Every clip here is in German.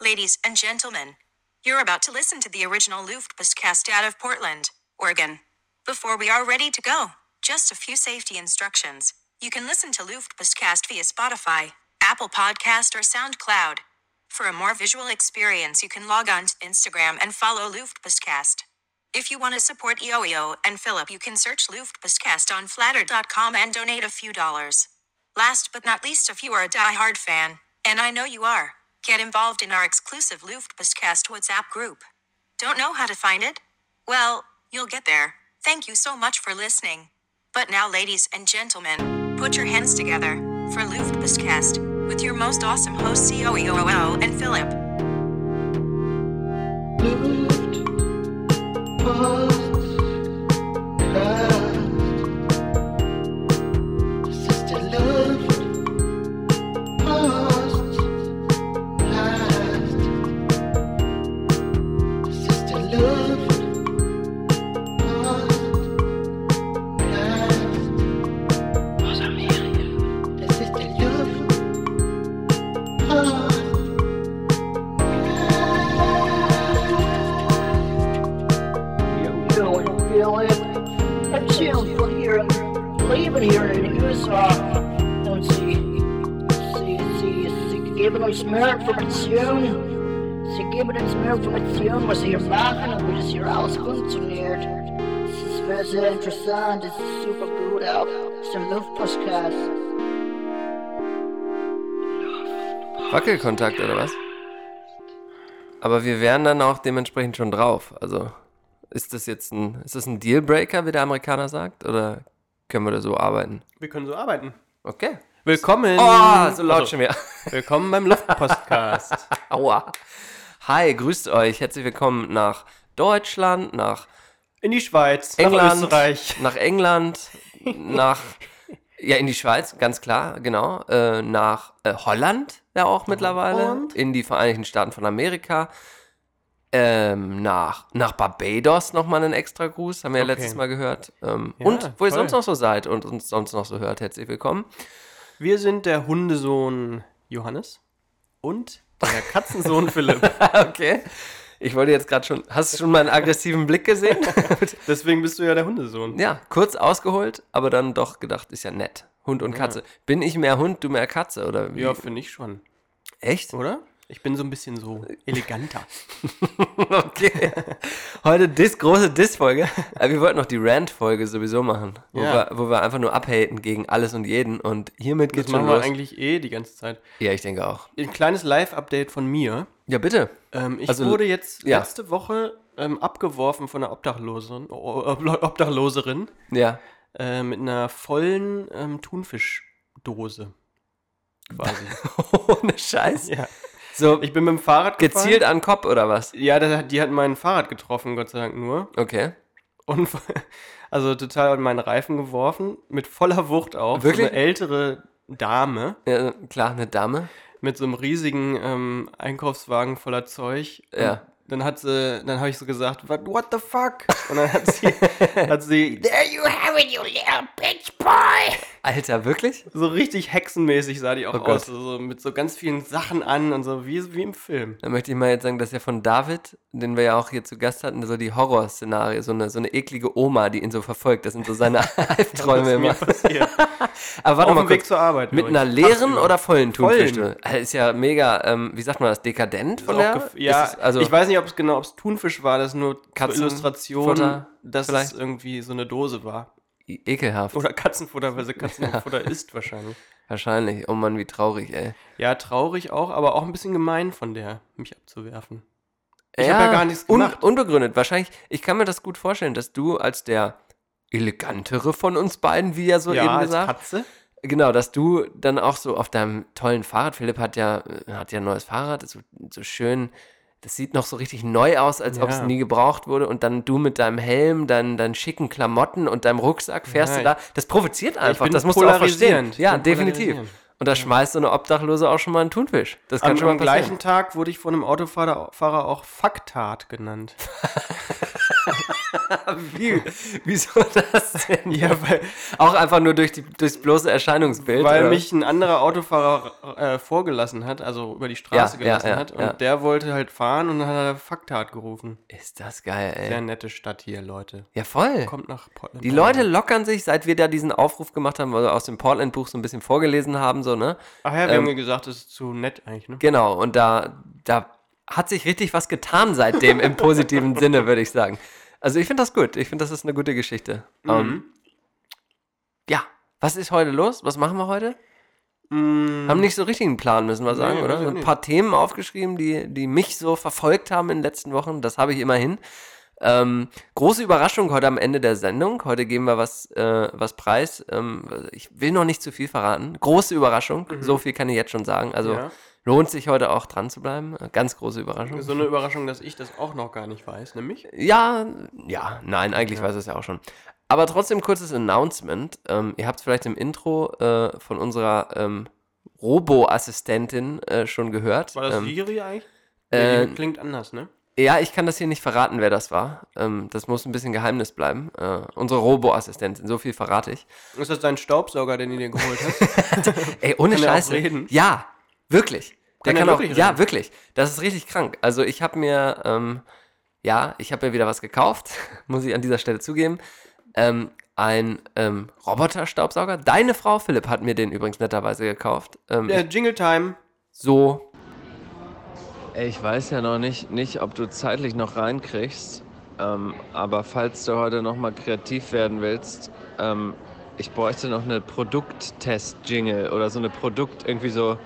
Ladies and gentlemen, you're about to listen to the original Luftpostcast out of Portland, Oregon. Before we are ready to go, just a few safety instructions. You can listen to Luftpostcast via Spotify, Apple Podcast, or SoundCloud. For a more visual experience, you can log on to Instagram and follow Luftpostcast. If you want to support E EOEO and Philip, you can search Luftpostcast on flatter.com and donate a few dollars. Last but not least, if you are a die-hard fan, and I know you are, get involved in our exclusive Luftpostcast WhatsApp group. Don't know how to find it? Well, you'll get there. Thank you so much for listening. But now, ladies and gentlemen, put your hands together for Luftpostcast with your most awesome hosts, COEOO and Philip. Luftpostcast. Das ist der Luftpostcast. Das ist der Luftpostcast. Aus Amerika. Das ist der Luftpostcast. feel it, feel it. That sounds here. Leaving here in Utah. Let's see. See, see, see, giving us merit from its own. Sie geben uns mehr Informationen, was wir machen und wie das hier alles funktioniert. Es ist sehr, sehr interessant, es ist super gut auch. Es ist ein Luftpostcast. Wackelkontakt oder was? Aber wir wären dann auch dementsprechend schon drauf. Also ist das jetzt ein, ist das ein Dealbreaker, wie der Amerikaner sagt? Oder können wir da so arbeiten? Wir können so arbeiten. Okay. Willkommen. Oh, so laut Also, schon wieder. Willkommen beim Luftpostcast. Aua. Hi, grüßt euch. Herzlich willkommen nach Deutschland, nach In die Schweiz, nach England, Österreich. nach England, nach ja in die Schweiz, ganz klar, genau, äh, nach äh, Holland ja auch mittlerweile, Und? in die Vereinigten Staaten von Amerika, ähm, nach nach Barbados nochmal einen extra Gruß, haben wir ja Okay. letztes Mal gehört. Ähm, Ja, und wo ihr toll. sonst noch so seid und uns sonst noch so hört, herzlich willkommen. Wir sind der Hundesohn Johannes und der Katzensohn Philipp. Okay. Ich wollte jetzt gerade schon, hast du schon meinen aggressiven Blick gesehen? Deswegen bist du ja der Hundesohn. ja, kurz ausgeholt, aber dann doch gedacht, ist ja nett. Hund und Katze. Bin ich mehr Hund, du mehr Katze oder wie? Ja, finde ich schon. Echt? Oder? Ich bin so ein bisschen so eleganter. Okay. Heute Dis, große Dis-Folge. Aber Wir wollten noch die Rant-Folge sowieso machen, wo, Ja. wir, wo wir einfach nur abhaten gegen alles und jeden. Und hiermit Das geht's schon machen wir los. eigentlich eh die ganze Zeit. Ja, ich denke auch. Ein kleines Live-Update von mir. Ja, bitte. Ähm, ich Also, wurde jetzt ja. letzte Woche ähm, abgeworfen von einer Obdachlosen, Obdachloserin. Ja. äh, mit einer vollen ähm, Thunfischdose. Quasi. Ohne Scheiß. ja. So Ich bin mit dem Fahrrad gezielt gefahren. an Kopf oder was? Ja, das, hat- die hat mein Fahrrad getroffen, Gott sei Dank nur. Okay. Und also total an meinen Reifen geworfen. Mit voller Wucht auch. Wirklich? So eine ältere Dame Ja, klar, eine Dame. mit so einem riesigen ähm, Einkaufswagen voller Zeug. Und Ja. Dann hat sie, dann habe ich so gesagt, what, what the fuck? Und dann hat sie, hat sie, there you have it, you little bitch boy! Alter, wirklich? So richtig hexenmäßig sah die auch Oh Gott. aus, so so mit so ganz vielen Sachen an und so, wie, wie im Film. Da möchte ich mal jetzt sagen, dass ja von David, den wir ja auch hier zu Gast hatten, so die Horrorszenario, so eine, so eine eklige Oma, die ihn so verfolgt. Das sind so seine Albträume ist mir immer. passiert. Aber warte Auf mal dem Weg kurz. zur Arbeit. Mit einer übrigens. leeren Tagsüber. oder genau. vollen Vollen. Thunfischdose? Äh, Ist ja mega, ähm, wie sagt man das, dekadent von Auch der? gef- Ja, Ist es, also, ich weiß nicht, ob es genau, ob es Thunfisch war, das ist nur Katzen- zur Illustration, Futter dass vielleicht? es irgendwie so eine Dose war. e- ekelhaft. Oder Katzenfutter, weil sie Katzenfutter isst wahrscheinlich. Wahrscheinlich. Oh Mann, wie traurig, ey. Ja, traurig auch, aber auch ein bisschen gemein von der, mich abzuwerfen. Ich hab ja gar nichts gemacht. Un unbegründet. Wahrscheinlich, ich kann mir das gut vorstellen, dass du als der elegantere von uns beiden, wie ja so ja, eben als gesagt, Katze. Genau, dass du dann auch so auf deinem tollen Fahrrad, Philipp hat ja, äh, hat ja ein neues Fahrrad, ist so, so schön, das sieht noch so richtig neu aus, als ob es Ja. nie gebraucht wurde. Und dann du mit deinem Helm, deinen, deinen schicken Klamotten und deinem Rucksack fährst Ja, du da. Das provoziert einfach, bin das musst du auch verstehen. polarisierend. Ja, Ich bin definitiv. polarisierend. Und da schmeißt so eine Obdachlose auch schon mal einen Thunfisch. Das kann Am, schon mal am passieren. gleichen Tag wurde ich von einem Autofahrer Fahrer auch Faktat genannt. Wie, wieso das denn? Ja, weil auch einfach nur durch die, durchs bloße Erscheinungsbild. Weil oder? mich ein anderer Autofahrer äh, vorgelassen hat, also über die Straße Ja, ja, gelassen ja, hat. Und ja. der wollte halt fahren und dann hat er Fucktat gerufen. Ist das geil, ey. Sehr nette Stadt hier, Leute. ja, voll. Kommt nach Portland. Die Leute lockern sich, seit wir da diesen Aufruf gemacht haben, also aus dem Portland-Buch so ein bisschen vorgelesen haben, so, ne? Ach Ah, ja, wir Ähm, haben ja gesagt, das ist zu nett eigentlich, ne? Genau, und da, da hat sich richtig was getan seitdem, im positiven Sinne, würde ich sagen. Also ich finde das gut. Ich finde, das ist eine gute Geschichte. Ähm, ja, was ist heute los? Was machen wir heute? Hm, Haben nicht so richtig einen Plan, müssen wir sagen, Nee, oder? weiß ich Ein nicht. paar Themen aufgeschrieben, die, die mich so verfolgt haben in den letzten Wochen. Das habe ich immerhin. Ähm, große Überraschung heute am Ende der Sendung. Heute geben wir was, äh, was preis. Ähm, ich will noch nicht zu viel verraten. Große Überraschung. So viel kann ich jetzt schon sagen. Also Mhm. Ja. lohnt sich heute auch dran zu bleiben. Äh, Ganz große Überraschung. So eine Überraschung, dass ich das auch noch gar nicht weiß, nämlich. Ja, ja, nein, eigentlich weiß ich es ja auch schon. Aber trotzdem kurzes Announcement. Ähm, ihr habt es vielleicht im Intro äh, von unserer ähm, Robo-Assistentin äh, schon gehört. War das ähm, Siri eigentlich? äh, Nee, die klingt anders, ne? ja, ich kann das hier nicht verraten, wer das war. Ähm, das muss ein bisschen Geheimnis bleiben. Äh, unsere Robo-Assistentin, so viel verrate ich. Ist das dein Staubsauger, den du dir geholt hast? Ey, ohne Kann er auch Scheiße. reden? Ja, wirklich. Der Kann er kann, auch. wirklich Ja, reden? wirklich. Das ist richtig krank. Also ich habe mir, ähm, ja, ich habe mir wieder was gekauft, muss ich an dieser Stelle zugeben. Ähm, ein ähm, Roboter-Staubsauger. Deine Frau Philipp hat mir den übrigens netterweise gekauft. Ähm, Ja, ich- Jingle Time. So Ey, Ich weiß ja noch nicht, nicht ob du zeitlich noch reinkriegst, ähm, aber falls du heute noch mal kreativ werden willst, ähm, ich bräuchte noch eine Produkttest-Jingle oder so eine Produkt, irgendwie so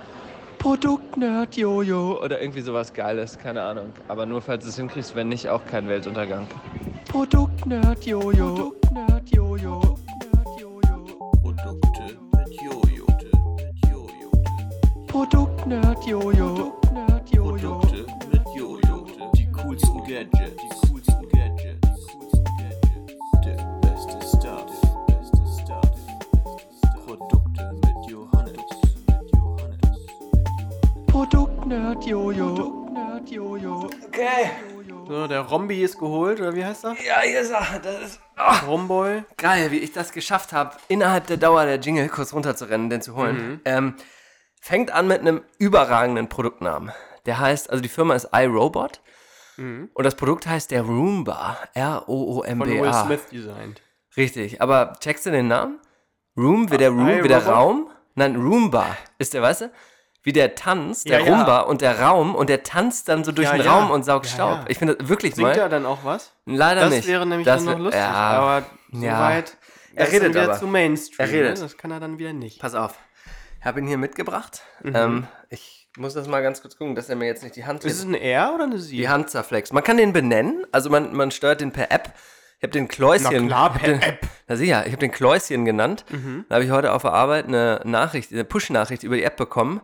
Produkt-Nerd-Jojo oder irgendwie sowas Geiles, keine Ahnung. Aber nur falls du es hinkriegst, wenn nicht, auch kein Weltuntergang. Produkt-Nerd-Jojo. Produkt-Nerd-Jojo. Produkt-Nerd-Jojo. Produkt-Nerd-Jojo. Die coolsten Gadgets. Die coolsten Gadgets. Der beste Stuff. Beste Stuff. Produkte mit Johannes. Mit Johannes. So, der Rombi ist geholt, oder wie heißt er? Ja, hier ist er. Das ist ah. Romboy. geil, wie ich das geschafft habe, innerhalb der Dauer der Jingle kurz runterzurennen, den zu holen. Mhm. Ähm, fängt an mit einem überragenden Produktnamen. Der heißt, also die Firma ist iRobot. Und das Produkt heißt der Roomba. Mhm. Von Will R-O-O-M-B-A. Smith designt. Richtig, aber checkst du den Namen? Room wie der Room, wie der Ah, iRobot? Raum? Nein, Roomba ist der, weißt du? Wie der Tanz, der Ja, ja. Roomba und der Raum und der tanzt dann so durch Ja, den ja. Raum und saugt Ja, Staub. ja. Ich finde das wirklich Singt er mal. dann auch was? Leider das nicht. wäre nämlich Das dann wär- noch lustig, ja. aber Ja. Er soweit. das ist dann redet wieder aber. zu Mainstream. Er redet. Ne? Das kann er dann wieder nicht. Pass auf. Ich habe ihn hier mitgebracht. Ähm, ich muss das mal ganz kurz gucken, dass er mir jetzt nicht die Hand Ist hebt. Mhm. es ein R oder eine Sie? Die Hand zerflext. Man kann den benennen, also man, man steuert den per App. Ich habe den Kläuschen. Na klar, hab per den, App. Mhm. Na sicher, ich habe den Kläuschen genannt. Da habe ich heute auf der Arbeit eine Nachricht, eine Push-Nachricht über die App bekommen.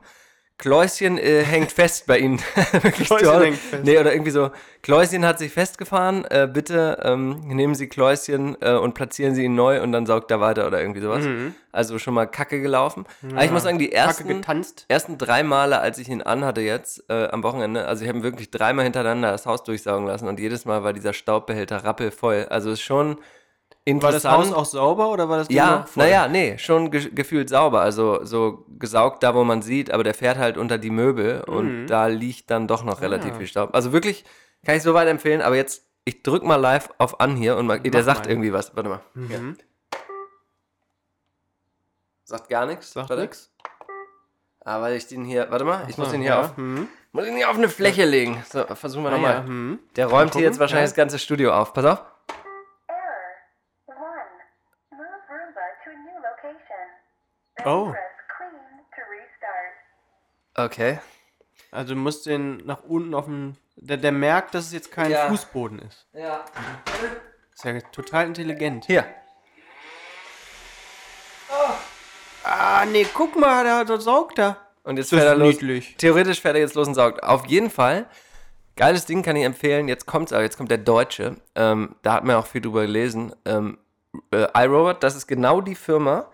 Kläuschen äh, hängt fest bei Ihnen. Wirklich Kläuschen toll. hängt fest. Nee, oder irgendwie so, Kläuschen hat sich festgefahren, äh, bitte ähm, nehmen Sie Kläuschen äh, und platzieren Sie ihn neu und dann saugt er weiter oder irgendwie sowas. Mhm. Also schon mal Kacke gelaufen. Aber ich muss sagen, die ersten, getanzt. ersten drei Male, als ich ihn anhatte jetzt äh, am Wochenende, also ich habe ihn wirklich dreimal hintereinander das Haus durchsaugen lassen und jedes Mal war dieser Staubbehälter rappelvoll. Also ist schon War interessant. das Haus auch sauber oder war das Ding Ja, noch voll? naja, nee, schon ge gefühlt sauber. Also so gesaugt da, wo man sieht, aber der fährt halt unter die Möbel Mhm. und da liegt dann doch Ah. noch relativ viel Staub. Also wirklich, kann ich so weit empfehlen, aber jetzt, ich drück mal live auf an hier und mal, der sagt mal. irgendwie was. Warte mal. Mhm. Ja. Sagt gar nichts. Sagt warte. nix. Ah, weil ich den hier, warte mal, ich muss Ah, den hier ja. auf, Hm. muss den hier auf eine Fläche legen. So, versuchen wir Ah, nochmal. ja, hm. Der räumt hier gucken? jetzt wahrscheinlich Ja. das ganze Studio auf. Pass auf. Error. 1. Move Roomba to a new location. Then Oh. press clean to restart. Okay. Also du musst den nach unten auf den... Der, der merkt, dass es jetzt kein Ja. Fußboden ist. Ja. Ist ja total intelligent. Hier. Ah, nee, guck mal, da, da saugt er. Und jetzt Das fährt er ist los. niedlich. Theoretisch fährt er jetzt los und saugt. Auf jeden Fall. Geiles Ding kann ich empfehlen. Jetzt kommt's aber. Jetzt kommt der Deutsche. Ähm, da hat man auch viel drüber gelesen. Ähm, äh, iRobot, das ist genau die Firma,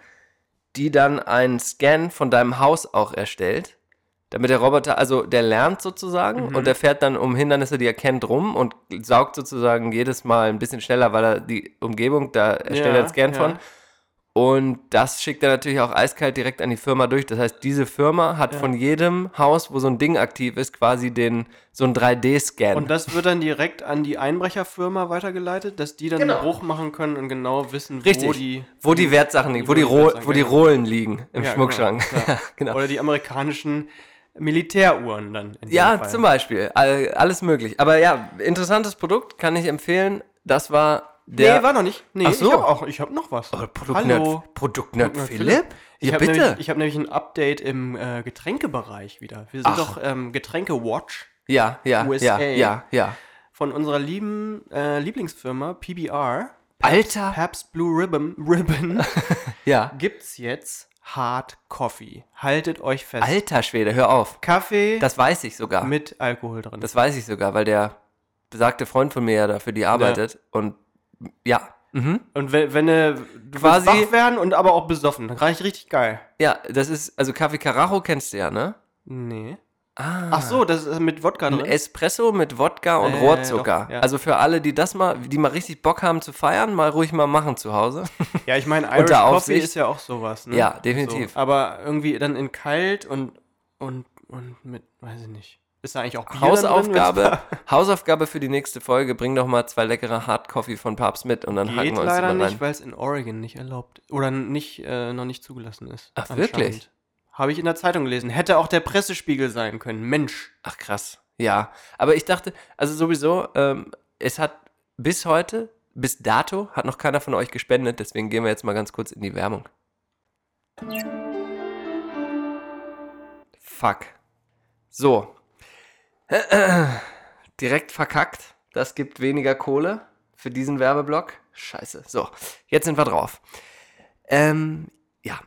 die dann einen Scan von deinem Haus auch erstellt. Damit der Roboter, also der lernt Mhm. sozusagen und der fährt dann um Hindernisse, die er kennt, rum und saugt sozusagen jedes Mal ein bisschen schneller, weil er die Umgebung, da erstellt er Ja, jetzt gern ja. von. Und das schickt er natürlich auch eiskalt direkt an die Firma durch. Das heißt, diese Firma hat von jedem Haus, wo so ein Ding aktiv ist, quasi den, so einen 3D-Scan. Und das wird dann direkt an die Einbrecherfirma weitergeleitet, dass die dann einen Bruch machen können und genau wissen, Genau. Richtig. wo die. wo die Wertsachen liegen, wo die, Ro Wertsachen wo die liegen. Rohlen liegen im Ja, Schmuckschrank. genau, ja. genau. Oder die amerikanischen Militäruhren dann. in dem Ja, Fall. zum Beispiel. All, alles möglich. Aber ja, interessantes Produkt, kann ich empfehlen. Das war der. nee, war noch nicht. Nee, Ach so. Oh, ich habe auch, ich habe noch was. Produktnerd, Hallo. Produktnerd Produktnerd Philipp? Ich Ja, habe bitte. nämlich, ich hab nämlich ein Update im äh, Getränkebereich wieder. Wir sind Ach. doch ähm, Getränke-Watch ja, ja, ja, USA. ja, ja. von unserer lieben äh, Lieblingsfirma PBR, Alter. Pabst Blue Ribbon, Ribbon Ja. gibt's jetzt Hard Coffee. Haltet euch fest. Alter Schwede, hör auf. Kaffee Halt. Das weiß ich sogar. mit Alkohol drin. Das weiß ich sogar, weil der besagte Freund von mir ja dafür die arbeitet. Und ja. Mhm. und wenn, wenn äh, du Quasi- quasi wach werden und aber auch besoffen, dann reicht richtig geil. Ja, das ist, also Kaffee Carajo kennst du ja, ne? Nee. Ah. Ach so, das ist mit Wodka Ein drin. Espresso mit Wodka und Äh, Rohrzucker. doch, ja. Also für alle, die das mal, die mal richtig Bock haben zu feiern, mal ruhig mal machen zu Hause. Ja, ich meine, Irish Unter Coffee Aufsicht. ist ja auch sowas, ne? Ja, definitiv. So, aber irgendwie dann in kalt und, und, und mit, weiß ich nicht. Ist da eigentlich auch Bier Dann Hausaufgabe, drin, Hausaufgabe für die nächste Folge, bring doch mal zwei leckere Hard Coffee von Papst mit und dann wenn's- hacken Geht wir uns leider mal nicht, rein. weil es in Oregon nicht erlaubt oder nicht, äh, noch nicht zugelassen ist. Ach, wirklich? anscheinend. Habe ich in der Zeitung gelesen. Hätte auch der Pressespiegel sein können. Mensch. Ach krass. Ja. Aber ich dachte, also sowieso, ähm, es hat bis heute, bis dato, hat noch keiner von euch gespendet, deswegen gehen wir jetzt mal ganz kurz in die Werbung. Fuck. So. Direkt verkackt. Das gibt weniger Kohle für diesen Werbeblock. Scheiße. So, jetzt sind wir drauf. Ähm, ja,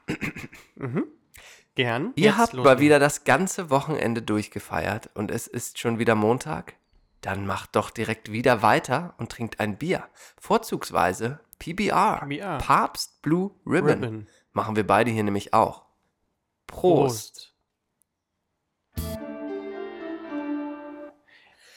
Gern. Ihr Jetzt habt los mal geht's. wieder das ganze Wochenende durchgefeiert und es ist schon wieder Montag. Dann macht doch direkt wieder weiter und trinkt ein Bier. Vorzugsweise PBR. PBR. Papst Blue Ribbon. Ribbon. Machen wir beide hier nämlich auch. Prost. Prost.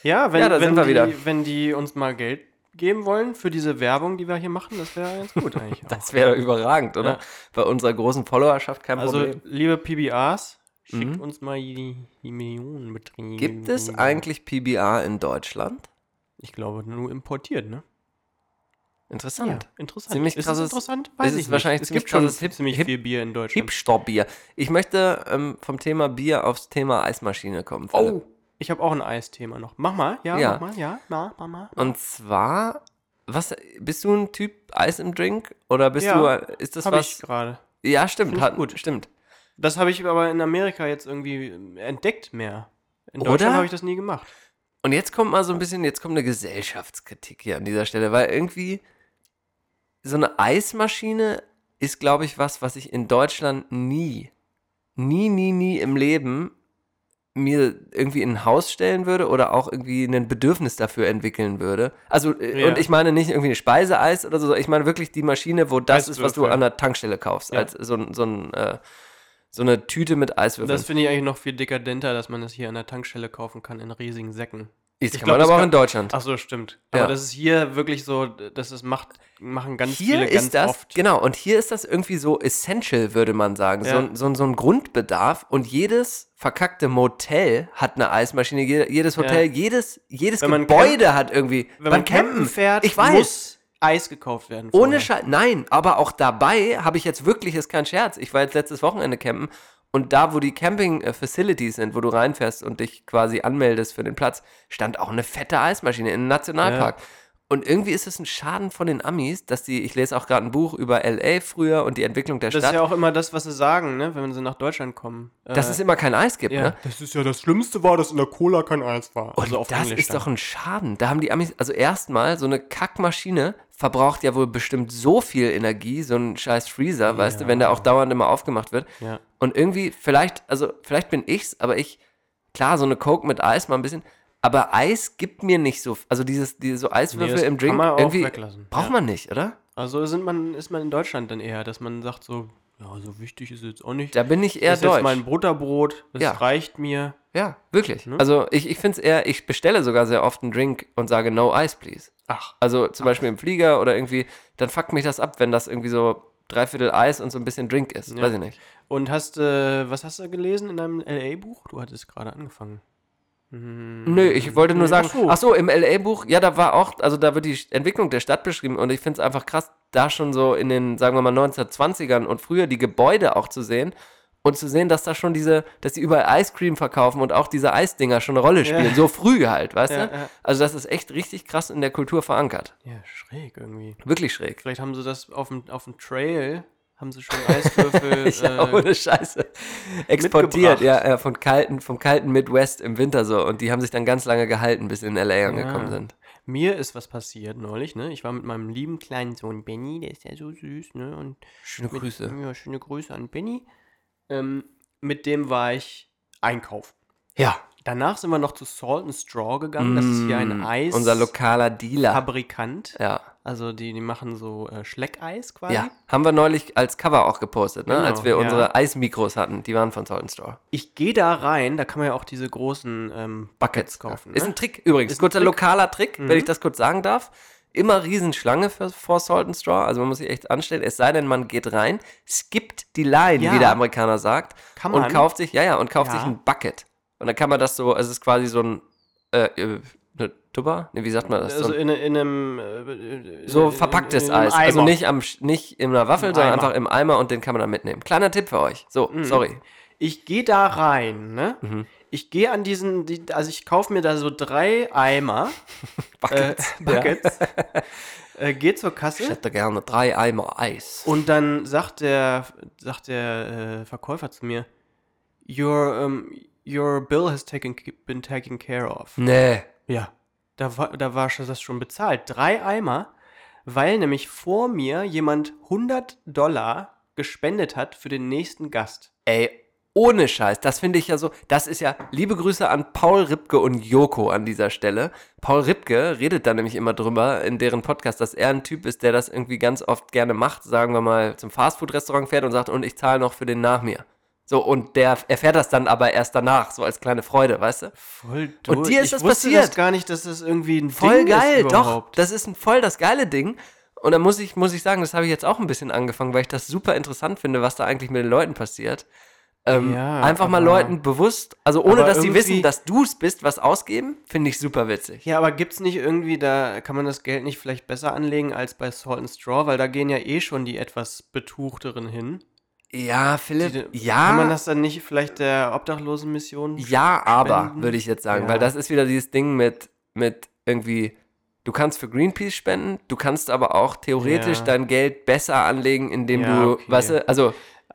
Ja, wenn, Ja, da wenn, sind wir die, wieder. wenn die uns mal Geld geben wollen für diese Werbung, die wir hier machen, das wäre ganz gut eigentlich. auch. Das wäre überragend, oder? Ja. Bei unserer großen Followerschaft kein Also, Problem. liebe PBRs, schickt Mhm. uns mal die, die Millionenbeträge. Gibt es mm. eigentlich PBR in Deutschland? Ich glaube, nur importiert, ne? Interessant. interessant. Ziemlich ist krasses- es interessant? ist es nicht. wahrscheinlich es ziemlich gibt schon krasses Hip- ziemlich Hip- viel Bier in Deutschland. Hipster-Bier. Ich möchte ähm, vom Thema Bier aufs Thema Eismaschine kommen. Philipp. Oh, ich habe auch ein Eisthema noch. Mach mal, ja, Ja. mach mal, ja, na, mach mal. Und zwar, was bist du ein Typ Eis im Drink oder bist Ja, du ist das Habe ich was? gerade. ja, stimmt, Find ich hat, gut. stimmt. Das habe ich aber in Amerika jetzt irgendwie entdeckt mehr. In Oder? Deutschland habe ich das nie gemacht. Und jetzt kommt mal so ein bisschen, jetzt kommt eine Gesellschaftskritik hier an dieser Stelle, weil irgendwie so eine Eismaschine ist glaube ich was, was ich in Deutschland nie nie nie nie im Leben mir irgendwie in ein Haus stellen würde oder auch irgendwie ein Bedürfnis dafür entwickeln würde. Also, äh, Ja. und ich meine nicht irgendwie ein Speiseeis oder so, ich meine wirklich die Maschine, wo das ist, was du Eiswürfel. an der Tankstelle kaufst, Ja. als so, ein- so, ein, äh, so eine Tüte mit Eiswürfeln. Das finde ich eigentlich noch viel dekadenter, dass man das hier an der Tankstelle kaufen kann in riesigen Säcken. das ich kann glaub, man das aber auch kann- in Deutschland. Ach so, stimmt. Ja. Aber das ist hier wirklich so, das ist macht, machen ganz Hier viele ganz ist das, oft. genau, und hier ist das irgendwie so essential, würde man sagen. So, Ja. ein- so, ein- so ein Grundbedarf und jedes verkackte Motel hat eine Eismaschine, jede- jedes Hotel, jedes, jedes Wenn man Gebäude hat irgendwie. Wenn Beim man campen fährt, ich weiß. muss Eis gekauft werden. Ohne vorher. Scheiß. Nein, aber auch dabei habe ich jetzt wirklich, ist kein Scherz. Ich war jetzt letztes Wochenende campen und da, wo die Camping-Facilities sind, wo du reinfährst und dich quasi anmeldest für den Platz, stand auch eine fette Eismaschine in einem Nationalpark. Und irgendwie ist es ein Schaden von den Amis, dass die, ich lese auch gerade ein Buch über LA früher und die Entwicklung der Das ist Stadt, ja auch immer das, was sie sagen, ne, wenn sie nach Deutschland kommen. Äh, dass es immer kein Eis gibt. ja. Ne? Das ist ja das Schlimmste war, dass in der Cola kein Eis war. Und das Englisch ist dann. doch ein Schaden. Da haben die Amis, also erstmal, so eine Kackmaschine verbraucht ja wohl bestimmt so viel Energie, so ein scheiß Freezer, weißt du, wenn der auch dauernd immer aufgemacht wird. Ja. Und irgendwie, vielleicht, also vielleicht bin ich's, aber ich, klar, so eine Coke mit Eis mal ein bisschen, aber Eis gibt mir nicht so, also dieses, diese so Eiswürfel das im kann Drink, man auch irgendwie weglassen. braucht Ja. man nicht, oder? Also sind man, ist man in Deutschland dann eher, dass man sagt so, Ja, so wichtig ist jetzt auch nicht. Da bin ich eher das ist jetzt deutsch. mein Butterbrot, das Ja. reicht mir. ja, wirklich. Ne? Also ich, ich finde es eher, ich bestelle sogar sehr oft einen Drink und sage no ice, please. Ach, Also zum Beispiel im Flieger oder irgendwie, dann fuckt mich das ab, wenn das irgendwie so dreiviertel Eis und so ein bisschen Drink ist. Ja. Weiß ich nicht. und hast, äh, was hast du gelesen in deinem LA-Buch? Du hattest gerade angefangen. Hm, Nö, ich wollte nur nee, sagen, ach ach so. so, im LA-Buch, ja, da war auch, also da wird die Entwicklung der Stadt beschrieben und ich finde es einfach krass, da schon so in den, sagen wir mal, 1920ern und früher die Gebäude auch zu sehen und zu sehen, dass da schon diese, dass die überall Eiscreme verkaufen und auch diese Eisdinger schon eine Rolle spielen, Ja. so früh halt, weißt Ja, du? ja. Also das ist echt richtig krass in der Kultur verankert. Ja, schräg irgendwie. Wirklich schräg. Vielleicht haben sie das auf dem, auf dem Trail, haben sie schon Eiswürfel. Ja, äh, ohne Scheiße. Exportiert, mitgebracht. ja, ja, von kalten, vom kalten Midwest im Winter so. Und die haben sich dann ganz lange gehalten, bis sie in LA angekommen Ja. sind. Mir ist was passiert neulich, ne? Ich war mit meinem lieben kleinen Sohn Benny, der ist ja so süß, ne? Und Schöne mit, Grüße. Ja, schöne Grüße an Benny. Ähm, mit dem war ich einkaufen. Ja. Danach sind wir noch zu Salt and Straw gegangen. Das ist hier ein Mm, Eis. Unser lokaler Dealer. Fabrikant. ja. Also die, die machen so äh, Schleckeis quasi. ja. Haben wir neulich als Cover auch gepostet, ne? Genau, als wir ja. unsere Eismikros hatten. Die waren von Salt and Store. Ich gehe da rein, da kann man ja auch diese großen ähm, Buckets kaufen. Ist ne? ein Trick übrigens. Ist ein Kurzer Trick. lokaler Trick, Mhm. wenn ich das kurz sagen darf. Immer Riesenschlange für, vor Salt and Straw. Also man muss sich echt anstellen. Es sei denn, man geht rein, skippt die Line, Ja. wie der Amerikaner sagt. Kann und man. kauft sich, ja, ja, und kauft Ja. sich ein Bucket. Und dann kann man das so, es ist quasi so ein, äh, äh, eine Tupper? Ne, wie sagt man das? So also ein- in, in einem äh, so in- verpacktes in einem Eis. Also Eimer. nicht, am, Sch- nicht in einer Waffel, Im sondern Eimer. einfach im Eimer und den kann man dann mitnehmen. Kleiner Tipp für euch. So, Mhm. sorry. Ich gehe da rein, ne? Mhm. Ich gehe an diesen, die, also ich kaufe mir da so drei Eimer, Buckets, äh, Buckets äh, gehe zur Ich Kasse hätte gerne drei Eimer Eis. und dann sagt der, sagt der äh, Verkäufer zu mir, your, um, your bill has taken, been taken care of. nee. Hm, Ja, da war, da war schon- das schon bezahlt. Drei Eimer, weil nämlich vor mir jemand 100 Dollar gespendet hat für den nächsten Gast. Ey, ohne Scheiß, das finde ich ja so, das ist ja, liebe Grüße an Paul Ripke und Joko an dieser Stelle. Paul Ripke redet da nämlich immer drüber in deren Podcast, dass er ein Typ ist, der das irgendwie ganz oft gerne macht, sagen wir mal, zum Fastfood-Restaurant fährt und sagt, und ich zahle noch für den nach mir. So, und der erfährt das dann aber erst danach, so als kleine Freude, weißt du? Voll Und durch. dir ist ich das wusste Das passiert? gar nicht, dass das irgendwie ein Voll Ding geil, ist doch. überhaupt. Das ist ein voll das geile Ding. Und da muss ich, muss ich sagen, das habe ich jetzt auch ein bisschen angefangen, weil ich das super interessant finde, was da eigentlich mit den Leuten passiert. Ähm, Ja, einfach mal aber- Leuten bewusst, also ohne aber dass sie irgendwie- wissen, dass du es bist, was ausgeben, finde ich super witzig. Ja, aber gibt's nicht irgendwie, da kann man das Geld nicht vielleicht besser anlegen als bei Salt and Straw, weil da gehen ja eh schon die etwas betuchteren hin. Ja, Philipp, Die- ja. Kann man das dann nicht vielleicht der Obdachlosenmission? Ja, aber, spenden? würde ich jetzt sagen, Ja. weil das ist wieder dieses Ding mit, mit irgendwie, du kannst für Greenpeace spenden, du kannst aber auch theoretisch Ja. dein Geld besser anlegen, indem Ja, du, okay. weißt du, also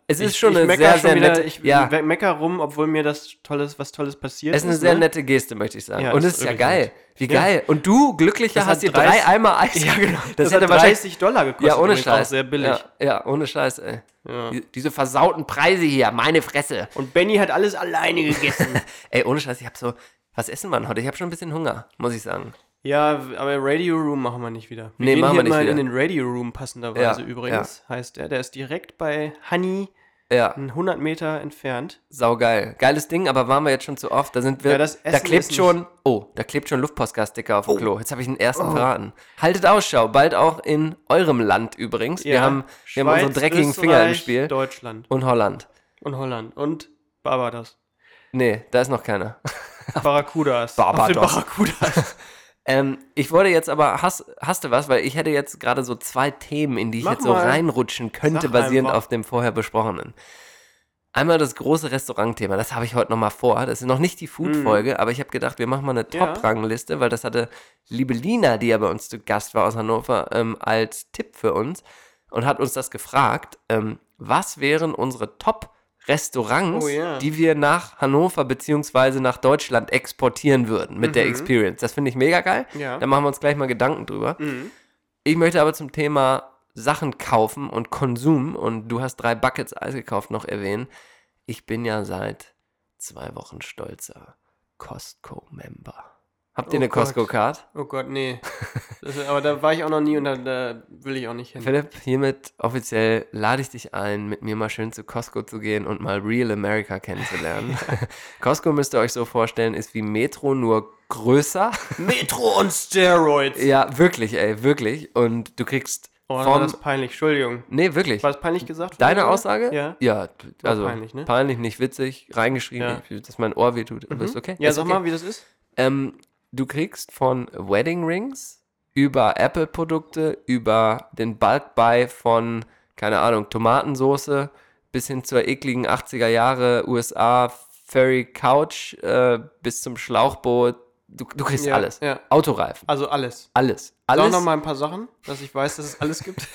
es ist Ich- schon ich eine mecker sehr, schon sehr wieder, nette, Ich ja, we- mecker rum, obwohl mir das Tolles, was Tolles passiert es ist. ist eine sehr ne? nette Geste, möchte ich sagen. Ja, Und ist es ist ja wirklich geil. nett. Wie Ja. geil. Und du, glücklicher, Das hat hast dir 30 drei Eimer Eis. Ja, genau. Das, Das hätte hat wahrscheinlich- 30 Dollar gekostet. Ja, ohne übrigens, auch Scheiß. sehr billig. Ja, ja, ohne Scheiß, ey. Ja. Die- Diese versauten Preise hier, meine Fresse. Und Benny hat alles alleine gegessen. Ey, ohne Scheiß, ich hab so, was essen wir denn heute? Ich hab schon ein bisschen Hunger, muss ich sagen. ja, w- aber Radio Room machen wir nicht wieder. Wir Nee, gehen machen hier wir nicht mal wieder. in den Radio Room passenderweise Ja, übrigens, heißt er. Der ist direkt bei Honey, Ja. 100 Meter entfernt. Saugeil. Geiles Ding, aber waren wir jetzt schon zu oft. Da sind wir. Ja, das da Essen ist klebt nicht- Oh. schon. Oh, da klebt schon Luftpostgas-Sticker auf dem Klo. Jetzt habe ich den ersten verraten. Haltet Ausschau, bald auch in eurem Land übrigens. wir Ja, haben, wir haben unsere Schweiz, dreckigen Finger im Österreich, Spiel. Deutschland Und Holland. und Holland und Barbados. Nee, da ist noch keiner. Barracudas. Barbados. Auf den Barracudas. Ähm, ich wollte jetzt aber, hast, hast du was? Weil ich hätte jetzt gerade so zwei Themen, in die ich Mach jetzt so mal. reinrutschen könnte, Sag basierend einfach. auf dem vorher besprochenen. Einmal das große Restaurantthema, das habe ich heute nochmal vor. Das ist noch nicht die Food-Folge, aber ich habe gedacht, wir machen mal eine Mhm. Ja. Top-Rangliste, weil das hatte liebe Lina, die ja bei uns zu Gast war aus Hannover, ähm, als Tipp für uns und hat uns das gefragt. Ähm, was wären unsere Top-Restaurants, Oh ja. die wir nach Hannover bzw. nach Deutschland exportieren würden mit der Mhm. Experience? Das finde ich mega geil. ja. Da machen wir uns gleich mal Gedanken drüber. Mhm. Ich möchte aber zum Thema Sachen kaufen und Konsum und du hast drei Buckets Eis gekauft noch erwähnen. Ich bin ja seit zwei Wochen stolzer Costco-Member. Habt ihr Oh eine Gott. Costco-Card? Oh Gott, nee. Das ist, aber da war ich auch noch nie und da, da will ich auch nicht hin. Hm. Philipp, hiermit offiziell lade ich dich ein, mit mir mal schön zu Costco zu gehen und mal Real America kennenzulernen. Costco müsst ihr euch so vorstellen, ist wie Metro, nur größer. Metro und Steroids. ja, wirklich, ey, wirklich. Und du kriegst Oh, war vom... das peinlich, Entschuldigung. Nee, wirklich. War das peinlich gesagt? von mir, Deine oder? Aussage? Ja. Ja, d- War also peinlich, peinlich, ne? nicht witzig, reingeschrieben, Ja. ich- dass mein Ohr wehtut. Aber ist okay. Ja, ist sag okay. mal, wie das ist. Ähm, du kriegst von Wedding Rings über Apple-Produkte, über den Bulk Buy von, keine Ahnung, Tomatensoße bis hin zur ekligen 80er Jahre USA Furry Couch äh, bis zum Schlauchboot. Du, du kriegst Ja, alles. ja. Autoreifen. Also alles. Alles. Sag Alles. noch mal ein paar Sachen, dass ich weiß, dass es alles gibt.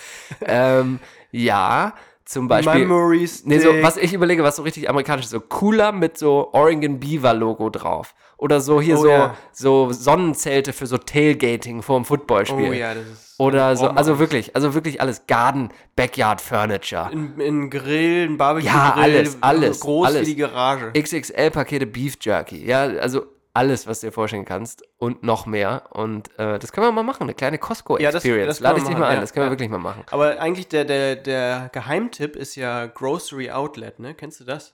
Ähm, ja, zum Beispiel. Memories. Nee, so, was ich überlege, was so richtig amerikanisch ist, so cooler mit so Oregon Beaver Logo drauf. Oder so hier Oh so, ja. so Sonnenzelte für so Tailgating vor dem Oh Footballspiel. ja, das ist. Oder so, Oh Mann. also wirklich, also wirklich alles. Garden, Backyard Furniture. In, in Grill, ein Barbecue. Ja, Grill, alles, alles, Groß für alles. die Garage. XXL-Pakete Beef Jerky. Ja, also alles, was du dir vorstellen kannst und noch mehr. Und äh, das können wir mal machen, eine kleine Ja, das- Costco-Experience. das können Lade wir ich dich machen, mal ein, ja, das können wir ja. wirklich mal machen. Aber eigentlich der, der, der Geheimtipp ist ja Grocery Outlet, ne? Kennst du das?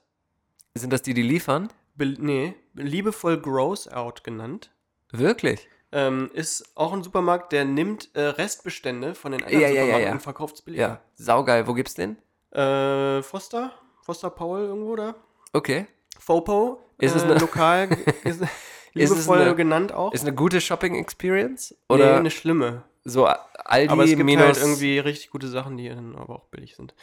Sind das die, die liefern? Be nee, liebevoll Gross Out genannt. Wirklich? Ähm, ist auch ein Supermarkt, der nimmt äh, Restbestände von den anderen Ja, ja, ja, Supermärkten ja. und verkauft es Ja. billiger. Saugeil, wo gibt's den? Äh, Foster? Foster Paul irgendwo da? Okay. Fopo? Ist äh, es eine- lokal ge- Ist ist, es liebevoll eine- genannt auch? Ist eine gute Shopping-Experience? Oder? nee, eine schlimme. So Aldi Aber es gibt minus halt irgendwie richtig gute Sachen, die dann aber auch billig sind.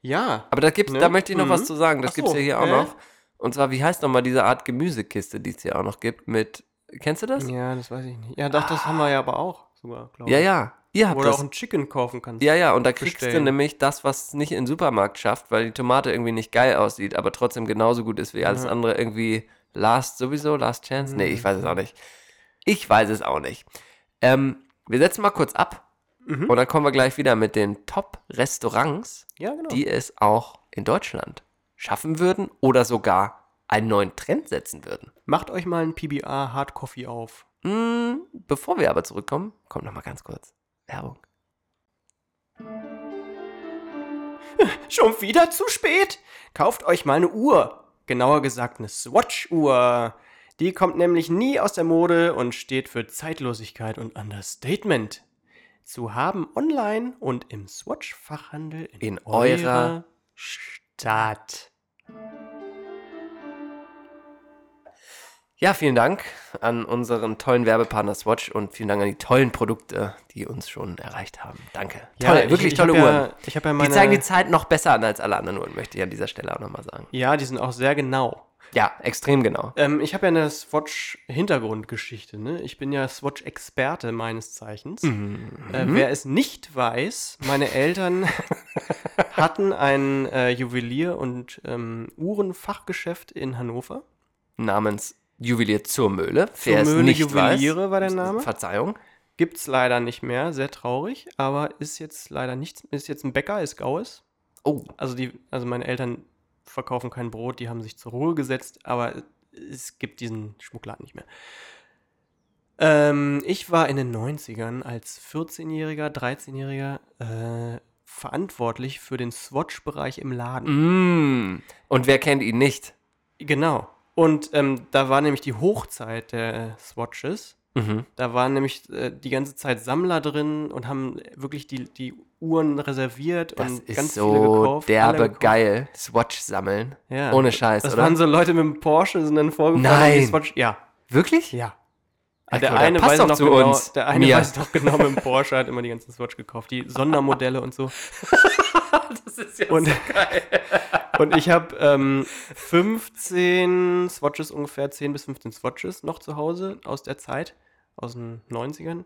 Ja. Aber da gibt's, Ne? da möchte ich noch Mhm. was zu sagen. Das Ach gibt's so, ja hier auch äh? noch. Und zwar, wie heißt nochmal diese Art Gemüsekiste, die es hier auch noch gibt? Mit kennst du das? Ja, Ja, das weiß ich nicht. Ja, doch, das haben wir ja aber auch sogar, glaube ja. ich. Ihr habt Wo du auch das. ein Chicken kaufen kannst. Ja, ja. Und da kriegst du bestellen. nämlich das, was es nicht in den Supermarkt schafft, weil die Tomate irgendwie nicht geil aussieht, aber trotzdem genauso gut ist wie alles Ja. Mhm. andere. Irgendwie Last sowieso Last Chance. Nee, ich weiß es auch nicht. Ich weiß es auch nicht. Ähm, wir setzen mal kurz ab Mhm. und dann kommen wir gleich wieder mit den Top-Restaurants. Ja, genau. die es auch in Deutschland schaffen würden oder sogar einen neuen Trend setzen würden. Macht euch mal ein PBR Hard Coffee auf. Mm, bevor wir aber zurückkommen, kommt noch mal ganz kurz Werbung. Schon wieder zu spät? Kauft euch mal eine Uhr. Genauer gesagt eine Swatch-Uhr. Die kommt nämlich nie aus der Mode und steht für Zeitlosigkeit und Understatement. Zu haben online und im Swatch-Fachhandel In eurer Stadt. Ja, vielen Dank an unseren tollen Werbepartner Swatch und vielen Dank an die tollen Produkte, die uns schon erreicht haben. Danke. Toll, ich- wirklich ich tolle hab Uhren. Ja, ich habe ja die meine. zeigen die Zeit noch besser an als alle anderen Uhren, möchte ich an dieser Stelle auch nochmal sagen. ja, die sind auch sehr genau. Ja, extrem genau. Ähm, ich habe ja eine Swatch-Hintergrundgeschichte. Ne? Ich bin ja Swatch-Experte meines Zeichens. Äh, wer es nicht weiß, meine Eltern hatten ein äh, Juwelier- und ähm, Uhrenfachgeschäft in Hannover. Namens Juwelier zur Möhle. Wer es Zur Möhle nicht Juweliere weiß, war der Name. Verzeihung. Gibt es leider nicht mehr, sehr traurig, aber ist jetzt leider nichts. Ist jetzt ein Bäcker, ist Gaues. Oh, Also, die, also meine Eltern verkaufen kein Brot, die haben sich zur Ruhe gesetzt, aber es gibt diesen Schmuckladen nicht mehr. Ähm, ich war in den 90ern als 14-Jähriger, 13-Jähriger äh, verantwortlich für den Swatch-Bereich im Laden. Mm. Und wer kennt ihn nicht? Genau. Und ähm, da war nämlich die Hochzeit der Swatches. Da waren nämlich äh, die ganze Zeit Sammler drin und haben wirklich die, die Uhren reserviert Das und ist ganz so viele gekauft. alle derbe gekauft. geil. Swatch sammeln. Ja. Ohne Scheiß, Das oder? waren so Leute mit dem Porsche, sind dann vorgefahren. Nein. und die Swatch, ja, Wirklich? ja. Ach, der guck, eine passt weiß doch noch zu genau, uns. der eine Mir. weiß noch genau mit dem Porsche, hat immer die ganzen Swatch gekauft, die Sondermodelle und so. Das ist ja Und, und ich habe ähm, 15 Swatches, ungefähr 10 bis 15 Swatches noch zu Hause aus der Zeit, aus den 90ern.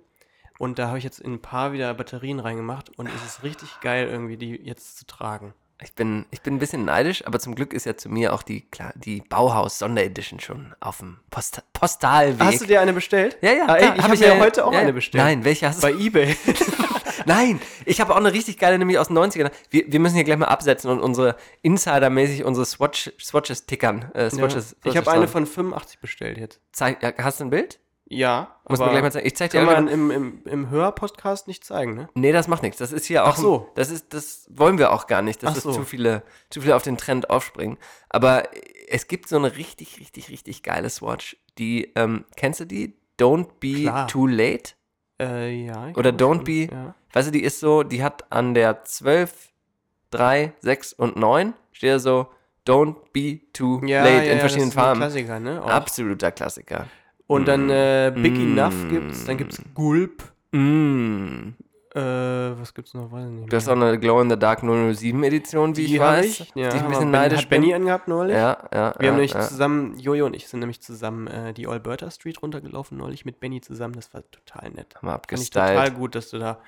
Und da habe ich jetzt in ein paar wieder Batterien reingemacht und es ist richtig geil, irgendwie die jetzt zu tragen. ich, bin, ich bin ein bisschen neidisch, aber zum Glück ist ja zu mir auch die, klar, die Bauhaus Sonderedition schon auf dem Post Postalweg. Hast du dir eine bestellt? ja, ja, Ah, klar, ey, ich hab habe mir ja- heute auch ja, ja. eine bestellt. Nein, welche hast Bei du? Ebay. Nein, ich habe auch eine richtig geile, nämlich aus den 90ern. Wir, wir müssen hier gleich mal absetzen und unsere Insidermäßig unsere Swatch, Swatches tickern. Äh, Swatches, ich Swatches habe eine schauen. von 85 bestellt jetzt. Zeig, ja, hast du ein Bild? Ja. Muss man aber gleich mal zeigen. Ich zeig dir Kann irgendwann- man im, im, im Hörpodcast nicht zeigen, ne? Nee, das macht nichts. Das ist hier auch. Ach so. Das ist, das wollen wir auch gar nicht, dass Ach es so. zu viele, zu viele auf den Trend aufspringen. Aber es gibt so eine richtig, richtig, richtig geile Swatch. Die, ähm, kennst du die? Don't be Klar. too late. Äh, ja. ich Oder glaub Don't schon, Be- Ja. Weißt du, die ist so, die hat an der 12, 3, 6 und 9 steht da so Don't be too Ja, late ja, in ja, verschiedenen das ist ein Farben. Klassiker, ne? Auch. Absoluter Klassiker. Und dann äh, Big Mm. Enough gibt's, dann gibt's Gulp. Mm. Äh, was gibt's noch? Weiß ich nicht. Du hast auch eine Glow in the Dark 007 Edition, wie ich hab weiß. ja, die ich ein haben bisschen wir- neidisch hat Benny bin. angehabt neulich. Ja, ja. Wir haben ja, nämlich ja. zusammen, Jojo und ich sind nämlich zusammen äh, die Alberta Street runtergelaufen neulich mit Benny zusammen. Das war total nett. Haben wir Fand ich abgestylt. total gut, dass du da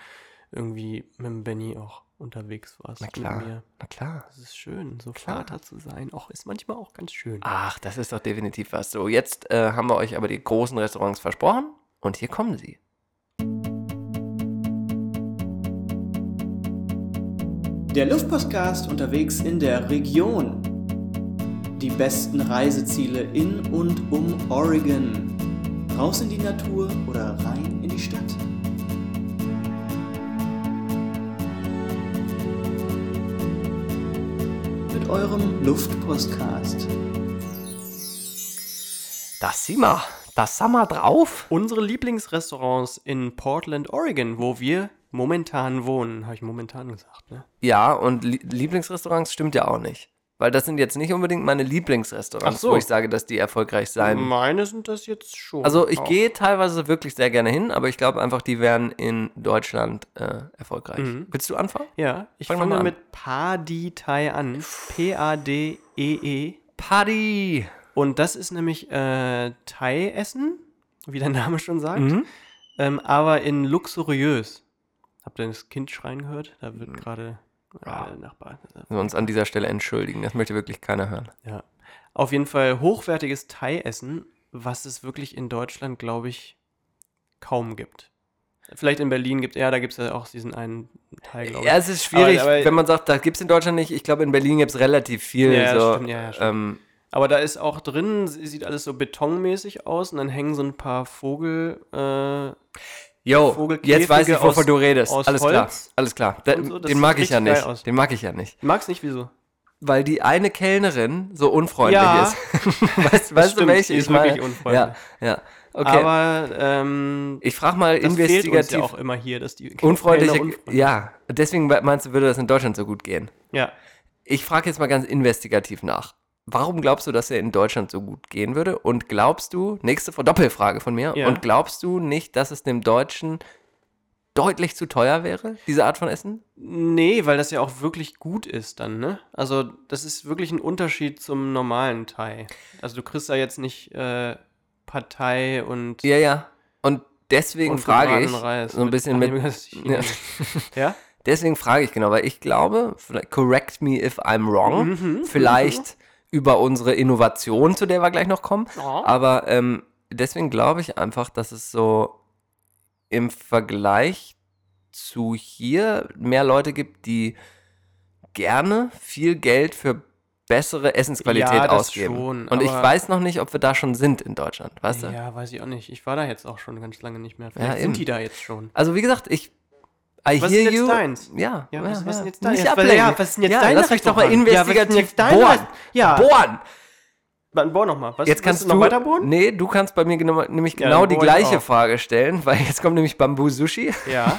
irgendwie mit dem Benny auch unterwegs warst. Na klar. Mit mir. Na klar. Das ist schön, so Vater zu sein. Auch ist manchmal auch ganz schön. Ach, das ist doch definitiv was. So, jetzt äh, haben wir euch aber die großen Restaurants versprochen und hier kommen sie. Der Luftpostcast unterwegs in der Region. Die besten Reiseziele in und um Oregon. Raus in die Natur oder rein in die Stadt. Mit eurem Luftpostcast. Das sieh mal. Das sah mal drauf. Unsere Lieblingsrestaurants in Portland, Oregon, wo wir momentan wohnen, habe ich momentan gesagt. Ne? Ja, und Lie- Lieblingsrestaurants stimmt ja auch nicht. Weil das sind jetzt nicht unbedingt meine Lieblingsrestaurants, Ach so. wo ich sage, dass die erfolgreich sein. Meine sind das jetzt schon. Also ich auch. gehe teilweise wirklich sehr gerne hin, aber ich glaube einfach, die wären in Deutschland äh, erfolgreich. Mhm. Willst du anfangen? Ja, ich Fang doch fange mal an. mit Padi Thai an. P-A-D-E-E. Party! E Und das ist nämlich äh, Thai-Essen, wie der Name schon sagt, Mhm. ähm, aber in luxuriös. Habt ihr das Kind schreien gehört? Da Mhm. wird gerade Ja. äh, der Nachbar. Wir uns an dieser Stelle entschuldigen. Das möchte wirklich keiner hören. Ja. Auf jeden Fall hochwertiges Thai-Essen, was es wirklich in Deutschland, glaube ich, kaum gibt. Vielleicht in Berlin gibt ja, da gibt es ja auch diesen einen Thai, glaube ich. Ja, es ist schwierig, Aber- aber- wenn man sagt, da gibt es in Deutschland nicht. Ich glaube, in Berlin gibt es relativ viel. Ja, so, stimmt, ja, ja, stimmt. Ähm, Aber da ist auch drin, sie- sieht alles so betonmäßig aus und dann hängen so ein paar Vogel. Äh, yo, Vogelkäfige jetzt weiß ich, aus- wovon du redest. aus Alles klar, Holz alles klar. Da, und so, das den sieht mag ich ja richtig geil nicht. aus. Den mag ich ja nicht. mag's nicht, wieso? Weil die eine Kellnerin so unfreundlich Ja. ist. weißt weißt du, stimmt, welche die ich ist wirklich meine? unfreundlich. Ja, ja. Okay. Aber ähm, ich frage mal das fehlt investigativ. uns ja auch immer hier, dass die unfreundliche. Kellner unfreundlich- Ja, deswegen meinst du, würde das in Deutschland so gut gehen? ja. Ich frage jetzt mal ganz investigativ nach. Warum glaubst du, dass er in Deutschland so gut gehen würde? Und glaubst du, nächste Fra- Doppelfrage von mir, Ja. und glaubst du nicht, dass es dem Deutschen deutlich zu teuer wäre, diese Art von Essen? Nee, weil das ja auch wirklich gut ist dann, ne? Also das ist wirklich ein Unterschied zum normalen Thai. Also du kriegst da jetzt nicht äh, Partei und, Ja, ja. Und deswegen und frage ich gebratenen Reis so ein bisschen mit. angenehm- Ja. ja? Deswegen frage ich genau, weil ich glaube, vielleicht- correct me if I'm wrong, Mhm. vielleicht über unsere Innovation, zu der wir gleich noch kommen, aber ähm, deswegen glaube ich einfach, dass es so im Vergleich zu hier mehr Leute gibt, die gerne viel Geld für bessere Essensqualität Ja, das ausgeben. schon, Und ich aber- weiß noch nicht, ob wir da schon sind in Deutschland, weißt du? ja, weiß ich auch nicht. Ich war da jetzt auch schon ganz lange nicht mehr. Vielleicht Ja, eben. sind die da jetzt schon. Also wie gesagt, ich I Was ist hear denn jetzt you. deins? Ja, Ja, was- was ist denn jetzt Nicht dein- was- ablenken. ja, was ist denn jetzt ja, deine Lass mich doch mal Rechnung an? Ja, was ist denn investigativ jetzt deine bohren. Rechnung? Ja. Bohren. Dann bohr nochmal. Jetzt Was- willst kannst du noch weiter bohren? Nee, du kannst bei mir genau, nämlich Ja, genau dann die bohr ich gleiche auch. Frage stellen, weil jetzt kommt nämlich Bambu Sushi. Ja.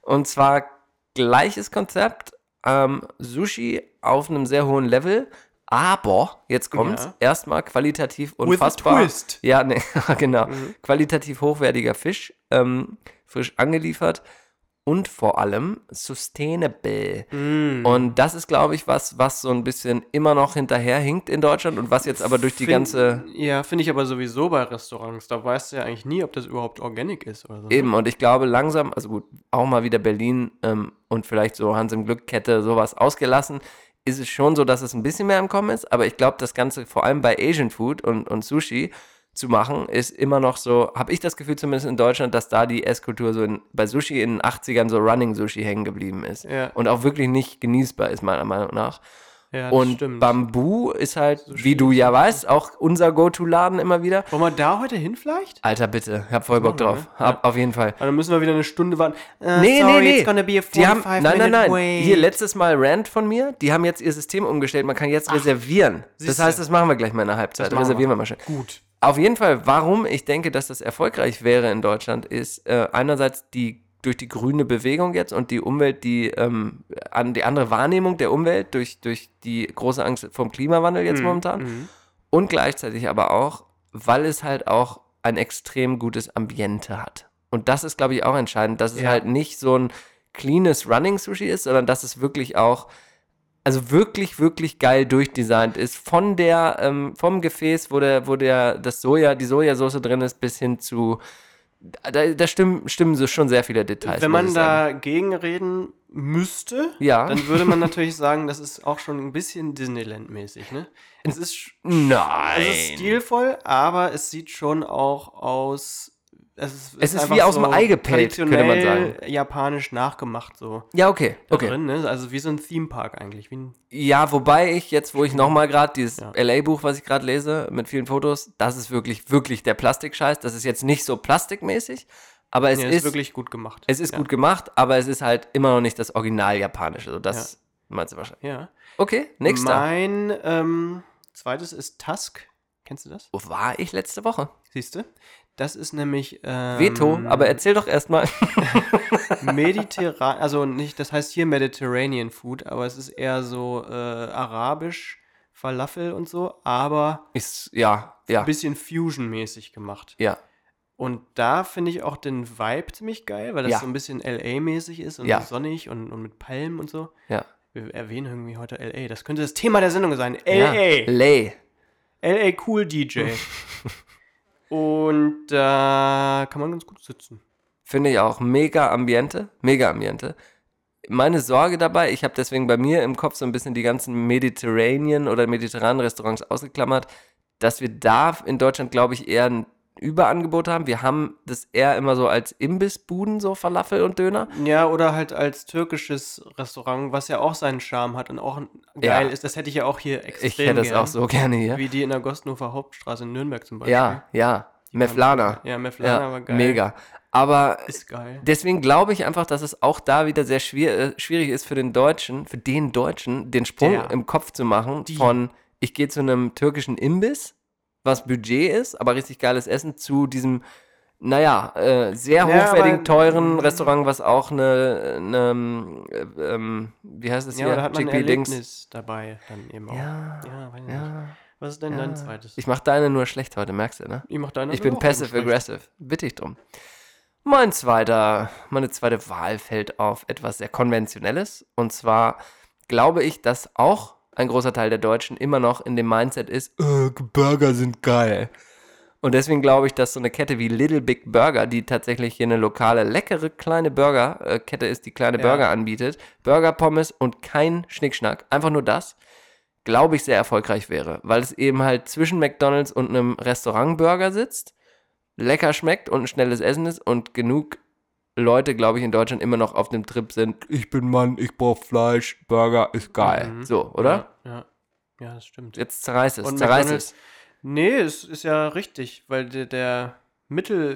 Und zwar gleiches Konzept, ähm, Sushi auf einem sehr hohen Level, aber jetzt kommt's Ja. erstmal qualitativ a unfassbar. twist. Mhm. Ja, nee, genau. Qualitativ hochwertiger Fisch, ähm, frisch angeliefert und vor allem sustainable. Mm. Und das ist, glaube ich, was, was so ein bisschen immer noch hinterherhinkt in Deutschland und was jetzt aber durch die Find- ganze Ja, finde ich aber sowieso bei Restaurants. Da weißt du ja eigentlich nie, ob das überhaupt organic ist oder so. ne? Eben, und ich glaube langsam, also gut, auch mal wieder Berlin ähm, und vielleicht so Hans im Glück-Kette, sowas ausgelassen, ist es schon so, dass es ein bisschen mehr im Kommen ist. Aber ich glaube, das Ganze vor allem bei Asian Food und, und Sushi zu machen, ist immer noch so, habe ich das Gefühl zumindest in Deutschland, dass da die Esskultur so in, bei Sushi in den 80ern so Running Sushi hängen geblieben ist. Ja. Und auch wirklich nicht genießbar ist, meiner Meinung nach. Ja, das Und stimmt. Bambu ist halt, wie du ja weißt, auch unser Go-To-Laden immer wieder. Wollen wir da heute hin vielleicht? Alter, bitte, hab voll Bock drauf. machen wir, ne? Hab, auf jeden Fall. Aber dann müssen wir wieder eine Stunde warten. Äh, Nee, sorry, nee, nee. It's gonna be a die haben, 45 nein, nein, nein. Wait. Hier, letztes Mal Rant von mir. Die haben jetzt ihr System umgestellt. Man kann jetzt reservieren. Das siehste. heißt, das machen wir gleich mal in der Halbzeit. Das machen Reservieren wir. wir. mal schön. Gut. Auf jeden Fall, warum ich denke, dass das erfolgreich wäre in Deutschland, ist äh, einerseits die durch die grüne Bewegung jetzt und die Umwelt, die, ähm, an, die andere Wahrnehmung der Umwelt durch, durch die große Angst vom Klimawandel Mhm, jetzt momentan und gleichzeitig aber auch, weil es halt auch ein extrem gutes Ambiente hat. Und das ist, glaube ich, auch entscheidend, dass es Ja. halt nicht so ein cleanes Running Sushi ist, sondern dass es wirklich auch, also wirklich, wirklich geil durchdesignt ist. Von der, ähm, vom Gefäß, wo der, wo der, das Soja, die Sojasauce drin ist, bis hin zu, da, da stimmen, stimmen so schon sehr viele Details. Wenn muss ich man sagen. dagegen reden müsste, Ja. dann würde man natürlich sagen, das ist auch schon ein bisschen Disneyland-mäßig. Ne? Es ist sch- Nein. Also Es ist stilvoll, aber es sieht schon auch aus. Es ist, Es ist einfach wie aus dem Ei gepellt, könnte man traditionell Japanisch nachgemacht so. ja, okay, Da okay. Drin, ne? Also wie so ein Theme-Park eigentlich. Wie ein, Ja, wobei ich jetzt, wo ich nochmal gerade dieses Ja. LA-Buch, was ich gerade lese, mit vielen Fotos, das ist wirklich, wirklich der Plastikscheiß. Das ist jetzt nicht so plastikmäßig, aber es Nee, ist, wirklich gut gemacht. es ist ja. gut gemacht, aber es ist halt immer noch nicht das Original Japanische. Also das meinst du wahrscheinlich. Ja. Okay, nächster. Mein ähm, zweites ist Tusk. Kennst du das? Wo war ich letzte Woche? Siehst du? Das ist nämlich. Ähm, Veto, aber erzähl doch erstmal. Mediterran, also nicht, das heißt hier Mediterranean Food, aber es ist eher so äh, arabisch, Falafel und so, aber Ist, ja, ja, ein bisschen Fusion-mäßig gemacht. ja. Und da finde ich auch den Vibe ziemlich geil, weil das Ja. so ein bisschen LA-mäßig ist und Ja. sonnig und, und mit Palmen und so. Ja. Wir erwähnen irgendwie heute LA. Das könnte das Thema der Sendung sein. Ja. LA. Lay. LA Cool DJ. und da kann man ganz gut sitzen. Finde ich auch. Mega Ambiente. Mega Ambiente. Meine Sorge dabei, ich habe deswegen bei mir im Kopf so ein bisschen die ganzen Mediterranean oder mediterranen Restaurants ausgeklammert, dass wir da in Deutschland, glaube ich, eher ein Überangebot haben. Wir haben das eher immer so als Imbissbuden, so Falafel und Döner. Ja, oder halt als türkisches Restaurant, was ja auch seinen Charme hat und auch Ja. geil ist. Das hätte ich ja auch hier extrem Ich hätte das gern. auch so gerne hier. Wie die in der Gostnofer Hauptstraße in Nürnberg zum Beispiel. Ja, ja. Meflana. Ja, Meflana war geil. Mega. Aber Ist geil. Deswegen glaube ich einfach, dass es auch da wieder sehr schwer, äh, schwierig ist für den Deutschen, für den Deutschen, den Sprung Der. im Kopf zu machen von ich gehe zu einem türkischen Imbiss, was Budget ist, aber richtig geiles Essen, zu diesem, naja, äh, sehr Ja, hochwertigen, aber- teuren Restaurant, was auch eine, eine äh, ähm, wie heißt das Ja, hier? oder hat man ein Chickpea-Dings. Erlebnis dabei dann eben auch. Ja, ja, weiß ich nicht. Ja, Was ist denn ja. dein zweites? Ich mache deine nur schlecht heute, merkst du, ne? ich mach deine Ich aber bin auch eben schlecht. passive-aggressive. Bitte ich drum. Mein zweiter, meine zweite Wahl fällt auf etwas sehr Konventionelles. Und zwar glaube ich, dass auch ein großer Teil der Deutschen immer noch in dem Mindset ist, äh, Burger sind geil. Und deswegen glaube ich, dass so eine Kette wie Little Big Burger, die tatsächlich hier eine lokale, leckere, kleine Burger-Kette ist, die kleine Ja. Burger anbietet, Burger, Pommes und kein Schnickschnack, einfach nur das, glaube ich, sehr erfolgreich wäre. Weil es eben halt zwischen McDonalds und einem Restaurant-Burger sitzt, lecker schmeckt und ein schnelles Essen ist und genug Leute, glaube ich, in Deutschland immer noch auf dem Trip sind, ich bin Mann, ich brauche Fleisch, Burger ist geil. Mhm. So, oder? Ja, ja. ja das stimmt. Jetzt zerreiß es, Und zerreiß es. McDonald's- Nee, es ist ja richtig, weil der, der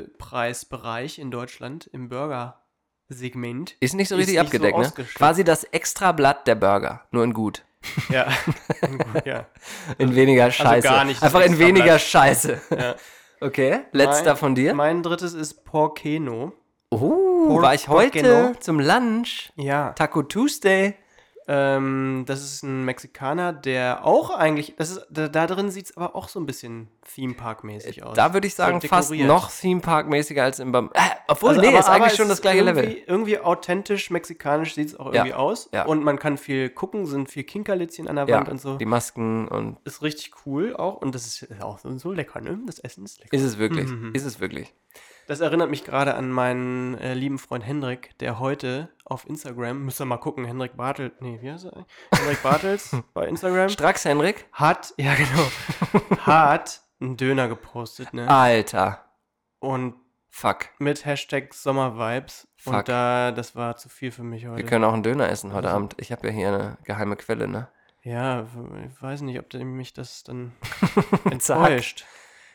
Mittelpreisbereich in Deutschland im Burger-Segment Ist nicht so Ist richtig nicht so abgedeckt, ne? ausgeschöpft. Quasi das Extrablatt der Burger, nur in gut. Ja. ja. Also In weniger Scheiße. gar nicht das Einfach in Extrablatt. weniger Scheiße. Ja. Okay, letzter Mein- von dir. Mein drittes ist Porceno. Oh, Por- war ich heute Porcino. zum Lunch. Ja. Taco Tuesday. Ähm, das ist ein Mexikaner, der auch eigentlich. Das ist, da, da drin sieht es aber auch so ein bisschen Theme Park-mäßig aus. Äh, Da würde ich So sagen, fast dekoriert. noch Theme Park-mäßiger als im Bam. Äh, obwohl, Also, nee, aber- ist aber eigentlich es schon das gleiche irgendwie, Level. Irgendwie authentisch mexikanisch sieht es auch irgendwie aus. ja. Und man kann viel gucken, sind viel Kinkerlitzchen an der Ja, Wand und so. die Masken und. Ist richtig cool auch. Und das ist auch so, so lecker, ne? Das Essen ist lecker. Ist es wirklich? Mhm. Ist es wirklich? Das erinnert mich gerade an meinen äh, lieben Freund Hendrik, der heute auf Instagram, müsst ihr mal gucken, Hendrik Bartels, nee, wie heißt er? Hendrik Bartels bei Instagram Strax, Henrik? hat, ja genau, hat einen Döner gepostet, ne? Ah. Alter. Und Fuck. mit Hashtag Sommervibes. Fuck. Und da, das war zu viel für mich heute. Also. Wir können auch einen Döner essen heute Abend. Ich habe ja hier eine geheime Quelle, ne? Ja, w- ich weiß nicht, ob der mich das dann Zack. enttäuscht.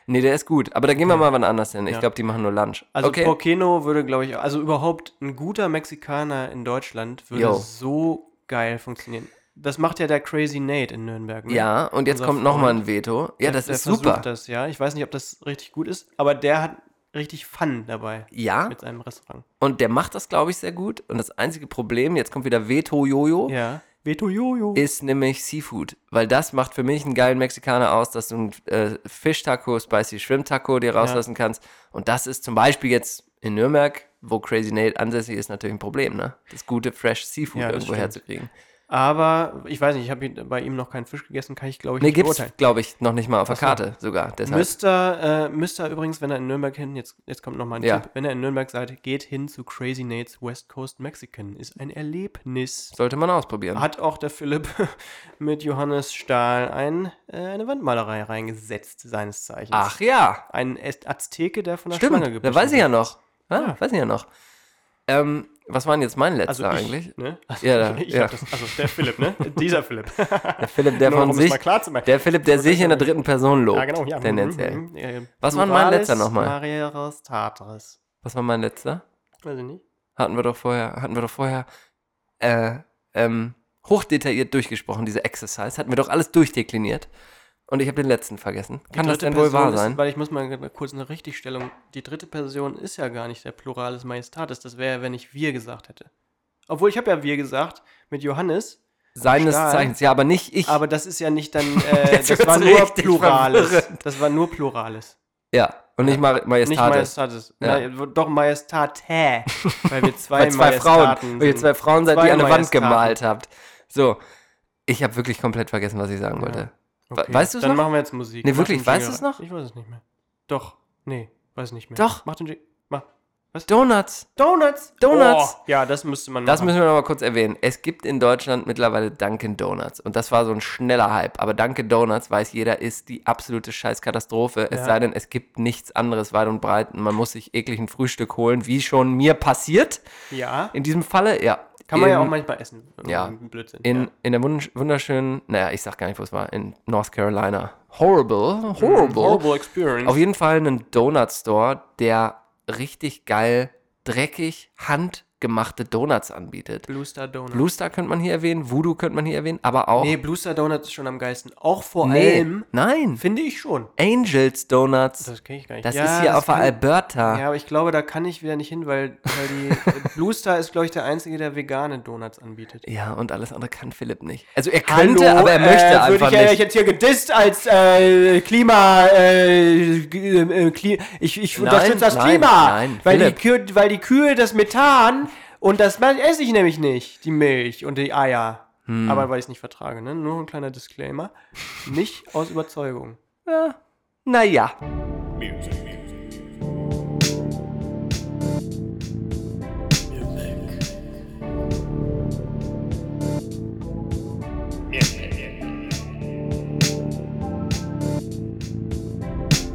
Nee, der ist gut. Aber da gehen wir mal wann anders hin. Ich Ja. glaube, die machen nur Lunch. Also okay. Porcino würde, glaube ich, also überhaupt ein guter Mexikaner in Deutschland würde Jo. so geil funktionieren. Das macht ja der Crazy Nate in Nürnberg. ne? Ja, und jetzt Unser kommt nochmal Freund. ein Veto. Ja, Der- das der ist versucht super. Das, ja. Ich weiß nicht, ob das richtig gut ist, aber der hat richtig Fun dabei Ja, mit seinem Restaurant. und der macht das, glaube ich, sehr gut. Und das einzige Problem, jetzt kommt wieder Veto-Jojo, Ja. Veto Jojo. ist nämlich Seafood. Weil das macht für mich einen geilen Mexikaner aus, dass du einen äh, Fischtaco, Spicy Shrimp Taco dir rauslassen kannst. Und das ist zum Beispiel jetzt in Nürnberg, wo Crazy Nate ansässig ist, natürlich ein Problem, ne? Das gute, fresh Seafood Ja, das irgendwo stimmt. herzukriegen. Aber ich weiß nicht, ich habe bei ihm noch keinen Fisch gegessen, kann ich glaube ich Nee, nicht gibt's, beurteilen. glaube ich, noch nicht mal auf der Ach so. Karte sogar. Deshalb. Müsste, äh, müsste übrigens, wenn er in Nürnberg hin, jetzt, jetzt kommt nochmal ein Ja. Tipp, wenn ihr in Nürnberg seid, geht hin zu Crazy Nates West Coast Mexican. Ist ein Erlebnis. sollte man ausprobieren. Hat auch der Philipp mit Johannes Stahl ein, äh, eine Wandmalerei reingesetzt, seines Zeichens. Ach ja. Ein Az- Azteke, der von der Schlange Stimmt, da gebissen weiß ich ja wird. noch. Ah, Ja. Weiß ich ja noch. Ähm, was war denn jetzt mein letzter Also ich, eigentlich? Ne? Also Ja, da- ich ja. hab das, also der Philipp, ne? Dieser Philipp. Der Philipp, der Nur von um es sich, mal klar zu machen. der Philipp, der sich in der dritten Person lobt, ja, genau, ja. Oh, tendenziell. Mhm, mhm, äh, Was war denn mein Pluralis letzter nochmal? Marieros Tatris. Was war mein letzter? Weiß ich nicht. Hatten wir doch vorher, hatten wir doch vorher äh, ähm, hochdetailliert durchgesprochen, diese Exercise. Hatten wir doch alles durchdekliniert. Und ich habe den letzten vergessen. Kann Die das dritte denn wohl Person wahr ist, sein? Weil ich muss mal g- kurz eine Richtigstellung. Die dritte Person ist ja gar nicht der Plural des Majestatis. Das wäre, wenn ich wir gesagt hätte. Obwohl ich habe ja wir gesagt mit Johannes, Seines Stahl. Zeichens, ja, aber nicht ich. aber das ist ja nicht dann. Äh, Jetzt das wird's war nur richtig Plurales. verwirrend. Das war nur Plurales. ja, und nicht Mar Nicht Majestatis. Majestatis. Ja. Ma- Doch Majestate. Weil wir zwei, Weil zwei Majestaten Frauen, weil ihr sind. zwei Frauen seid, Zwei die an der Wand Majestaten. gemalt habt. So, ich habe wirklich komplett vergessen, was ich sagen wollte. We- Weißt du es Dann noch? machen wir jetzt Musik. Nee, Mach wirklich, den weißt Jingle du's rein. noch? Ich weiß es nicht mehr. Doch. Nee, weiß nicht mehr. Doch. Mach den Jingle. Mach. Donuts. Donuts. Donuts. Oh, ja, das müsste man Das machen. müssen wir noch mal kurz erwähnen. Es gibt in Deutschland mittlerweile Dunkin' Donuts. Und das war so ein schneller Hype. Aber Dunkin' Donuts, weiß jeder, ist die absolute Scheißkatastrophe. Es Ja. sei denn, es gibt nichts anderes weit und breit. Und man muss sich eklig ein Frühstück holen, wie schon mir passiert. Ja. In diesem Falle, ja. Kann man in, ja auch manchmal essen. Ja. Blödsinn. In, ja. in der wundersch- wunderschönen, naja, ich sag gar nicht, wo es war, in North Carolina. Horrible. Horrible. Mhm, Horrible Experience. Auf jeden Fall einen Donut-Store, der richtig geil, dreckig, handgemachte Donuts anbietet. Blue Star Donut. Blue Star könnte man hier erwähnen, Voodoo könnte man hier erwähnen, aber auch. nee, Blue Star Donut ist schon am geilsten. Auch vor Oh. Nee, allem, nein. finde ich schon. Angels Donuts. Das, Das kenne ich gar nicht. ist hier das auf der kann- Alberta. Ja, aber ich glaube, da kann ich wieder nicht hin, weil, weil die Blue Star ist, glaube ich, der einzige, der vegane Donuts anbietet. Ja, und alles andere kann Philipp nicht. Also er könnte, aber er möchte äh, einfach Würde ich äh, nicht. jetzt hier gedisst als äh, Klima, äh, g- äh, Kli ich, ich Nein, unterstütze das nein, Klima, nein, weil, die Philipp. Kühe, weil die Kühe das Methan und das man- esse ich nämlich nicht, die Milch und die Eier. Hm. Aber weil ich es nicht vertrage, ne? Nur ein kleiner Disclaimer. Nicht aus Überzeugung. Naja.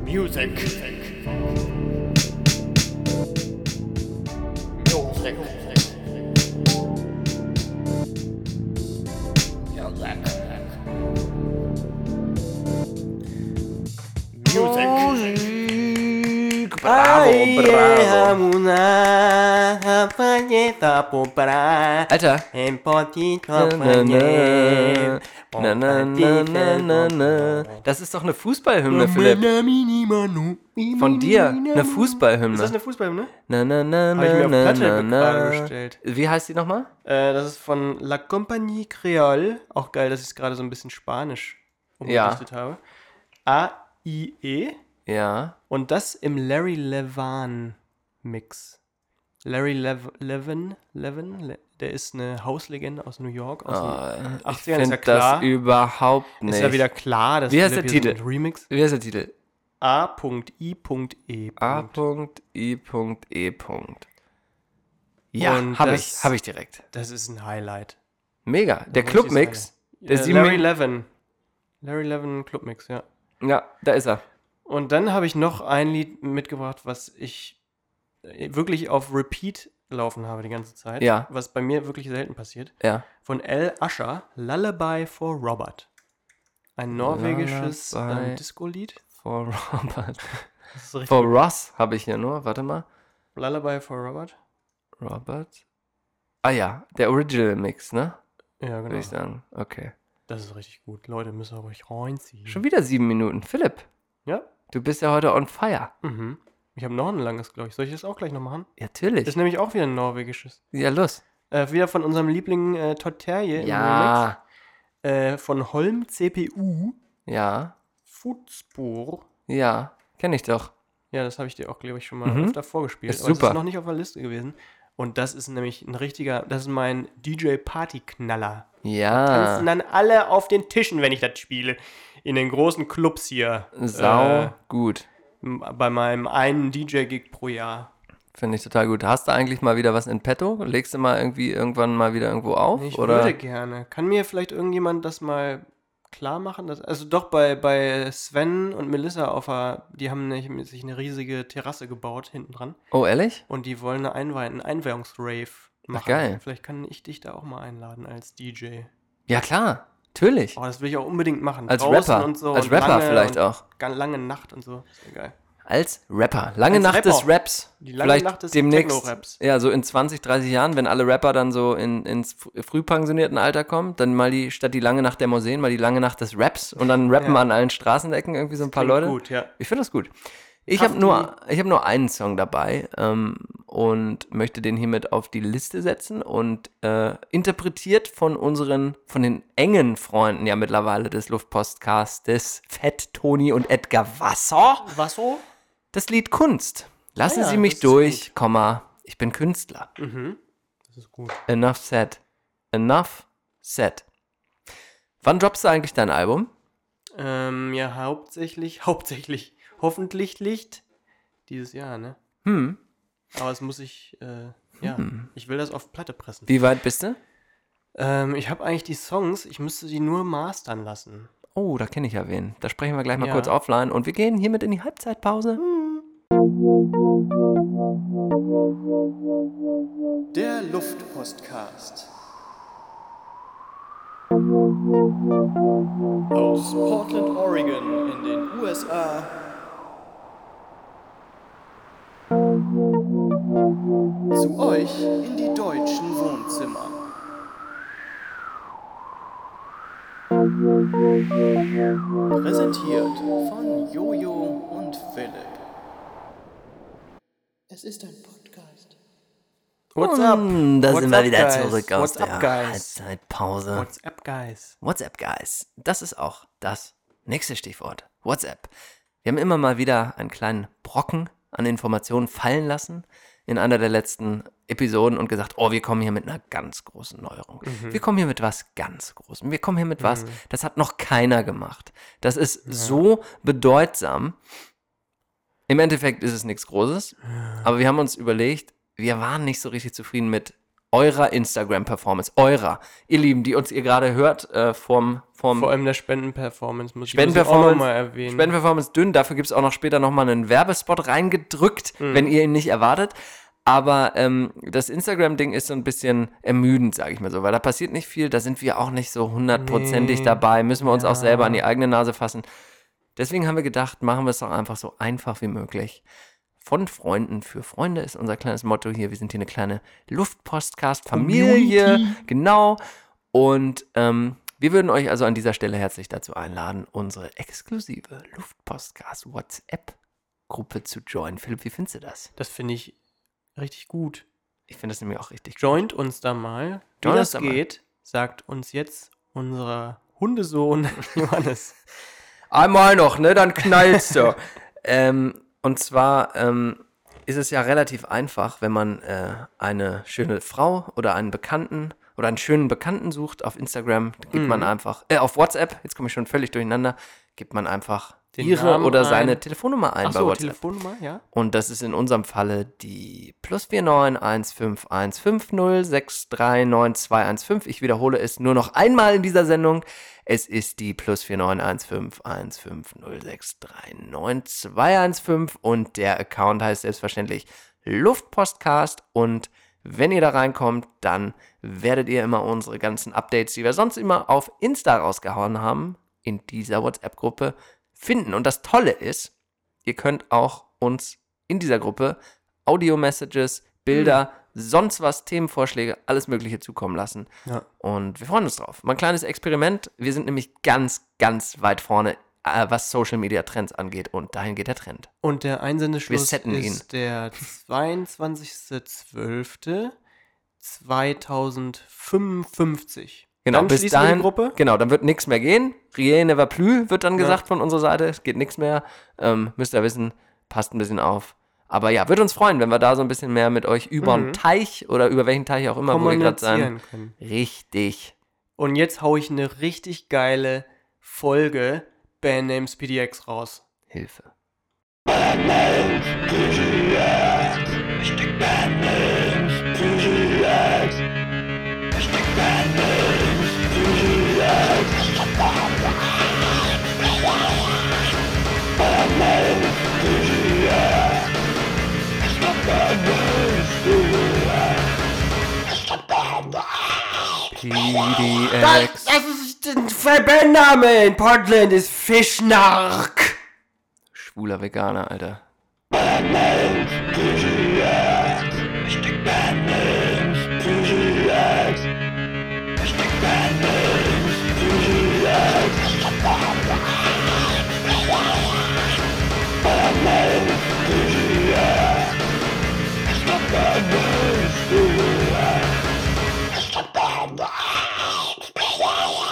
Music. Music. Music. Bravo, bravo. bravo. Alter. En potito Na, na, na. pañé, Na, na, na, na, na, na. Das ist doch eine Fußballhymne, Philipp. Philipp. Von dir ne? eine Ist das Fußballhymne. eine ne? Fußballhymne? Na, na, na, Hab ich na, mir auf na, na, Platte gerade na. bestellt. Wie heißt die nochmal? Äh, das ist von La Compagnie Creole. Auch geil, dass ich es gerade so ein bisschen spanisch umgerichtet habe. A-I-E. Ja. Und das im Larry Levan Mix. Larry Lev Levin, Levin, Le der ist eine Hauslegende aus New York, aus den 80ern, ist ja Ah, Find klar. das überhaupt nicht. Ist ja wieder klar, dass Wie heißt der Philipp hier so Titel? ein Remix. Wie heißt der Titel? A.I.E. A.I.E. Ja, Und habe ich, das- hab ich direkt. Das ist ein Highlight. Mega. Der muss ich Clubmix. Äh, Der sieben Larry Minuten. Levin. Larry Levin Clubmix, ja. Ja, da ist er. Und dann habe ich noch ein Lied mitgebracht, was ich äh, wirklich auf Repeat laufen habe die ganze Zeit, Ja. was bei mir wirklich selten passiert, Ja. von L. Ascher, Lullaby for Robert. Ein norwegisches Lullaby. ähm, Disco-Lied. For Robert. Das ist richtig. For Ross habe ich hier nur. Warte mal. Lullaby for Robert. Robert. Ah ja, der Original Mix, ne? Ja, Würde genau. ich sagen. Okay. Das ist richtig gut. Leute, müssen wir euch reinziehen. Schon wieder sieben Minuten. Philipp, Ja? du bist ja heute on fire. Mhm. Ich habe noch ein langes, glaube ich. Soll ich das auch gleich noch machen? Ja, natürlich. Ist nämlich auch wieder ein norwegisches. Ja, los. Äh, wieder von unserem Liebling äh, Todd Terje im Remix. Ja. Äh, von Holm CPU. Ja. Futspor. Ja. Kenne ich doch. Ja, das habe ich dir auch, glaube ich, schon mal Mhm. öfter vorgespielt. Ist das super. ist noch nicht auf der Liste gewesen. Und das ist nämlich ein richtiger, das ist mein DJ-Party-Knaller. Ja. Tanzen dann alle auf den Tischen, wenn ich das spiele. In den großen Clubs hier. Sau Äh, gut. m- bei meinem einen DJ-Gig pro Jahr. Finde ich total gut. Hast du eigentlich mal wieder was in petto? Legst du mal irgendwie irgendwann mal wieder irgendwo auf? Ich oder? würde gerne. Kann mir vielleicht irgendjemand das mal klar machen? Dass, also doch bei, bei Sven und Melissa auf der, die haben nämlich sich eine riesige Terrasse gebaut hinten dran. Oh, ehrlich? Und die wollen eine Einweih einen Einweihungsrave machen. geil. Vielleicht kann ich dich da auch mal einladen als DJ. Ja, klar. Natürlich. Oh, das will ich auch unbedingt machen. Als Draußen Rapper. Und so Als und Rapper lange vielleicht und auch. Ganz lange Nacht und so. Ist ja geil. Als Rapper. Lange Als Nacht Rapper. des Raps. Die lange Vielleicht Nacht des demnächst. Techno-Raps. Ja, so in 20, 30 Jahren, wenn alle Rapper dann so in, ins fr- frühpensionierten Alter kommen, dann mal die, statt die lange Nacht der Museen, mal die lange Nacht des Raps und dann rappen Ja. an allen Straßenecken irgendwie so ein paar Klingt Leute. Gut, ja. Ich finde das gut. Ich habe Hafti. nur, ich hab nur einen Song dabei ähm, und möchte den hiermit auf die Liste setzen und äh, interpretiert von unseren, von den engen Freunden ja mittlerweile des Luftpostcastes Fett, Toni und Edgar Wasser. Was so? Das Lied Kunst. Lassen Ah ja, Sie das mich ist durch, Komma, ich bin Künstler. Mhm. Das ist gut. Enough said. Enough said. Wann droppst du eigentlich dein Album? Ähm, ja, hauptsächlich, hauptsächlich, hoffentlich Licht dieses Jahr, ne? Hm, Aber es muss ich, äh, ja, ich will das auf Platte pressen. wie weit bist du? Ähm, ich habe eigentlich die Songs, ich müsste die nur mastern lassen. Oh, da kenne ich ja wen. Da sprechen wir gleich mal Ja. Hm. kurz offline und wir gehen hiermit in die Halbzeitpause. Der Luftpostcast. Aus Portland, Oregon in den USA. Zu euch in die deutschen Wohnzimmer. Präsentiert von Jojo und Philipp. Es ist ein Podcast. What's Und da What's sind wir up, wieder guys? zurück aus What's der up, guys? Halbzeitpause. WhatsApp, Guys. WhatsApp, Guys. Das ist auch das nächste Stichwort. WhatsApp. Wir haben immer mal wieder einen kleinen Brocken an Informationen fallen lassen in einer der letzten Episoden und gesagt, oh, wir kommen hier mit einer ganz großen Neuerung. Wir kommen hier mit was ganz Großem. Wir kommen hier mit was, das hat noch keiner gemacht. Das ist so bedeutsam. Im Endeffekt ist es nichts Großes, aber wir haben uns überlegt, wir waren nicht so richtig zufrieden mit eurer Instagram-Performance, eurer, ihr Lieben, die uns ihr gerade hört, äh, vom, vom Vor allem der Spendenperformance muss ich muss ich Spendenperformance, auch noch mal erwähnen. Spendenperformance dünn, dafür gibt es auch noch später nochmal einen Werbespot reingedrückt, Mhm. wenn ihr ihn nicht erwartet. Aber ähm, das Instagram-Ding ist so ein bisschen ermüdend, sage ich mal so, weil da passiert nicht viel, da sind wir auch nicht so hundertprozentig Nee. dabei, müssen wir uns Ja. auch selber an die eigene Nase fassen. Deswegen haben wir gedacht, machen wir es doch einfach so einfach wie möglich. Von Freunden für Freunde ist unser kleines Motto hier. Wir sind hier eine kleine Luftpostcast-Familie. Genau. Und ähm, wir würden euch also an dieser Stelle herzlich dazu einladen, unsere exklusive Luftpostcast-WhatsApp-Gruppe zu joinen. Philipp, wie findest du das? Das finde ich richtig gut. Ich finde das nämlich auch richtig gut. Joint uns da mal. Wie Join das uns da mal. geht, sagt uns jetzt unser Hundesohn Johannes. Einmal noch, ne? Dann knallst du. ähm, und zwar ähm, ist es ja relativ einfach, wenn man äh, eine schöne Frau oder einen Bekannten oder einen schönen Bekannten sucht auf Instagram, dann gibt Mhm. man einfach, äh, auf WhatsApp, jetzt komme ich schon völlig durcheinander, gibt man einfach Den ihre Namen oder seine ein. Telefonnummer ein Ach bei so, WhatsApp. Telefonnummer, ja? Und das ist in unserem Falle die plus 4915150639215. Ich wiederhole es nur noch einmal in dieser Sendung. Es ist die plus 4915150639215 und der Account heißt selbstverständlich Luftpostcast und Wenn ihr da reinkommt, dann werdet ihr immer unsere ganzen Updates, die wir sonst immer auf Insta rausgehauen haben, in dieser WhatsApp-Gruppe finden. Und das Tolle ist, ihr könnt auch uns in dieser Gruppe Audio-Messages, Bilder, Mhm. sonst was, Themenvorschläge, alles Mögliche zukommen lassen. Ja. Und wir freuen uns drauf. Mal ein kleines Experiment. Wir sind nämlich ganz, ganz weit vorne, äh, was Social Media Trends angeht. Und dahin geht der Trend. Und der Wir Einsendeschluss setten ist ihn. der 22.12.2055. Genau, Dann bis schließen wir dahin. Die Gruppe. Genau, dann wird nichts mehr gehen. Rien ne va plus, wird dann gesagt von unserer Seite. Es geht nichts mehr. Ähm, müsst ihr wissen, passt ein bisschen auf. Aber ja, würde uns freuen, wenn wir da so ein bisschen mehr mit euch über einen Teich oder über welchen Teich auch immer, wo ihr gerade seid. Mhm. Kommunizieren können. Richtig. Und jetzt hau ich eine richtig geile Folge Band Names PDX raus. Hilfe. PDX. Das ist der Bandname in Portland ist Fischnark. Schwuler Veganer, Alter.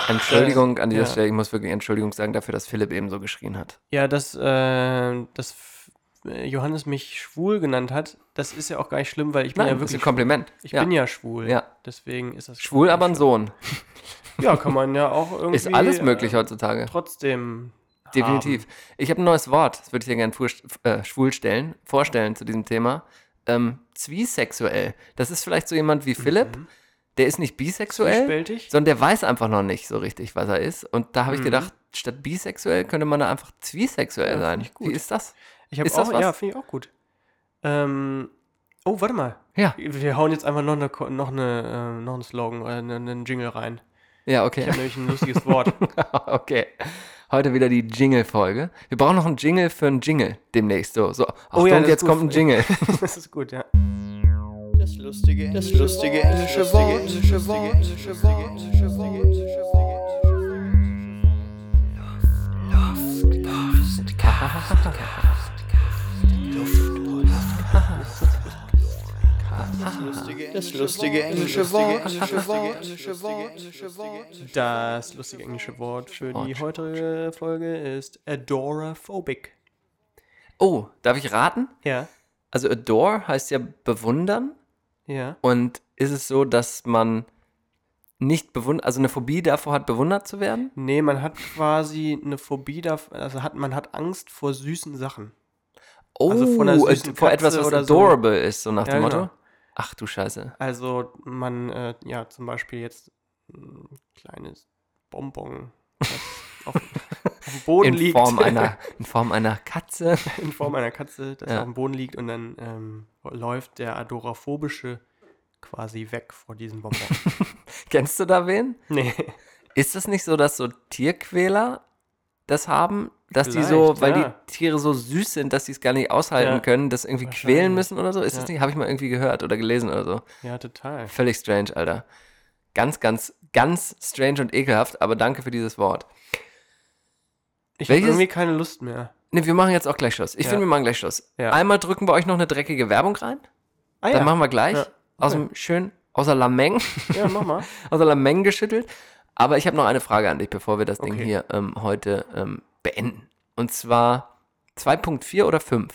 Entschuldigung an dieser Ja. Stelle, ich muss wirklich Entschuldigung sagen dafür, dass Philipp eben so geschrien hat. Ja, dass, äh, dass F- äh, Johannes mich schwul genannt hat, das ist ja auch gar nicht schlimm, weil ich bin Nein, ja das ist ein wirklich. Kompliment. Ich ja. bin ja schwul. Ja. Deswegen ist das schwul, aber ein Sohn. Ja, kann man ja auch irgendwie. Ist alles möglich äh, heutzutage. Trotzdem. Definitiv. Ich habe ein neues Wort, das würde ich dir gerne vorst- äh, schwul stellen, vorstellen zu diesem Thema. Ähm, zwiesexuell. Das ist vielleicht so jemand wie Philipp, der ist nicht bisexuell, Mhm. Zwiespältig. sondern der weiß einfach noch nicht so richtig, was er ist. Und da habe ich gedacht, statt bisexuell könnte man da einfach zwiesexuell Mhm. Ja, sein. find ich gut. Wie ist das? Ich habe Ist das auch, was? ja, finde ich auch gut. Ähm, oh, warte mal. Ja. Wir hauen jetzt einfach noch, eine, Ko- noch, eine, äh, noch einen Slogan oder einen, einen Jingle rein. Ja, Ich okay. habe nämlich ein lustiges Wort. okay. Heute wieder die Jingle-Folge. Wir brauchen noch einen Jingle für einen Jingle demnächst. So, so. Achtung, Oh ja, das ist jetzt gut. kommt ein Jingle. das ist gut, ja. Das lustige, das lustige englische Wort, englische Wort, englische Wort, englische Wort, englische Wort. Das lustige englische Wort, englische Wort, englische Wort, englische Wort. Das lustige englische Wort für die Wort. heutige Folge ist Adoraphobic. Oh, darf ich raten? Ja, Also adore heißt ja bewundern. ja. Und ist es so, dass man nicht bewundert, also eine Phobie davor hat, bewundert zu werden? Nee, man hat quasi eine Phobie, dav- also hat, man hat Angst vor süßen Sachen. Oh, Also von einer süßen vor etwas, Katze was oder so. adorable ist, so nach Ja, dem Motto. genau. Ach du Scheiße. Also man, äh, ja, zum Beispiel jetzt ein kleines Bonbon, das auf, auf dem Boden In liegt. Form, einer, in Form einer Katze. in Form einer Katze, das Ja. auf dem Boden liegt und dann ähm, läuft der adoraphobische quasi weg vor diesem Bonbon. Kennst du da wen? nee. Ist es nicht so, dass so Tierquäler das haben? Dass die Vielleicht, so, weil ja. die Tiere so süß sind, dass die es gar nicht aushalten Ja. können, das irgendwie Wahrscheinlich. quälen müssen oder so? Ist das Ja. nicht? Habe ich mal irgendwie gehört oder gelesen oder so. Ja, total. Völlig strange, Alter. Ganz, ganz, ganz strange und ekelhaft, aber danke für dieses Wort. Ich habe Welches- irgendwie keine Lust mehr. Ne, wir machen jetzt auch gleich Schluss. Ich Ja. finde, wir machen gleich Schluss. Ja. Einmal drücken wir euch noch eine dreckige Werbung rein. Ah, Dann machen wir gleich. Ja. Okay. Aus dem schönen, außer Lameng, Ja, mach mal. aus der Lameng geschüttelt. Aber ich habe noch eine Frage an dich, bevor wir das Ding Okay. hier ähm, heute ähm, beenden. Und zwar 2.4 oder 5?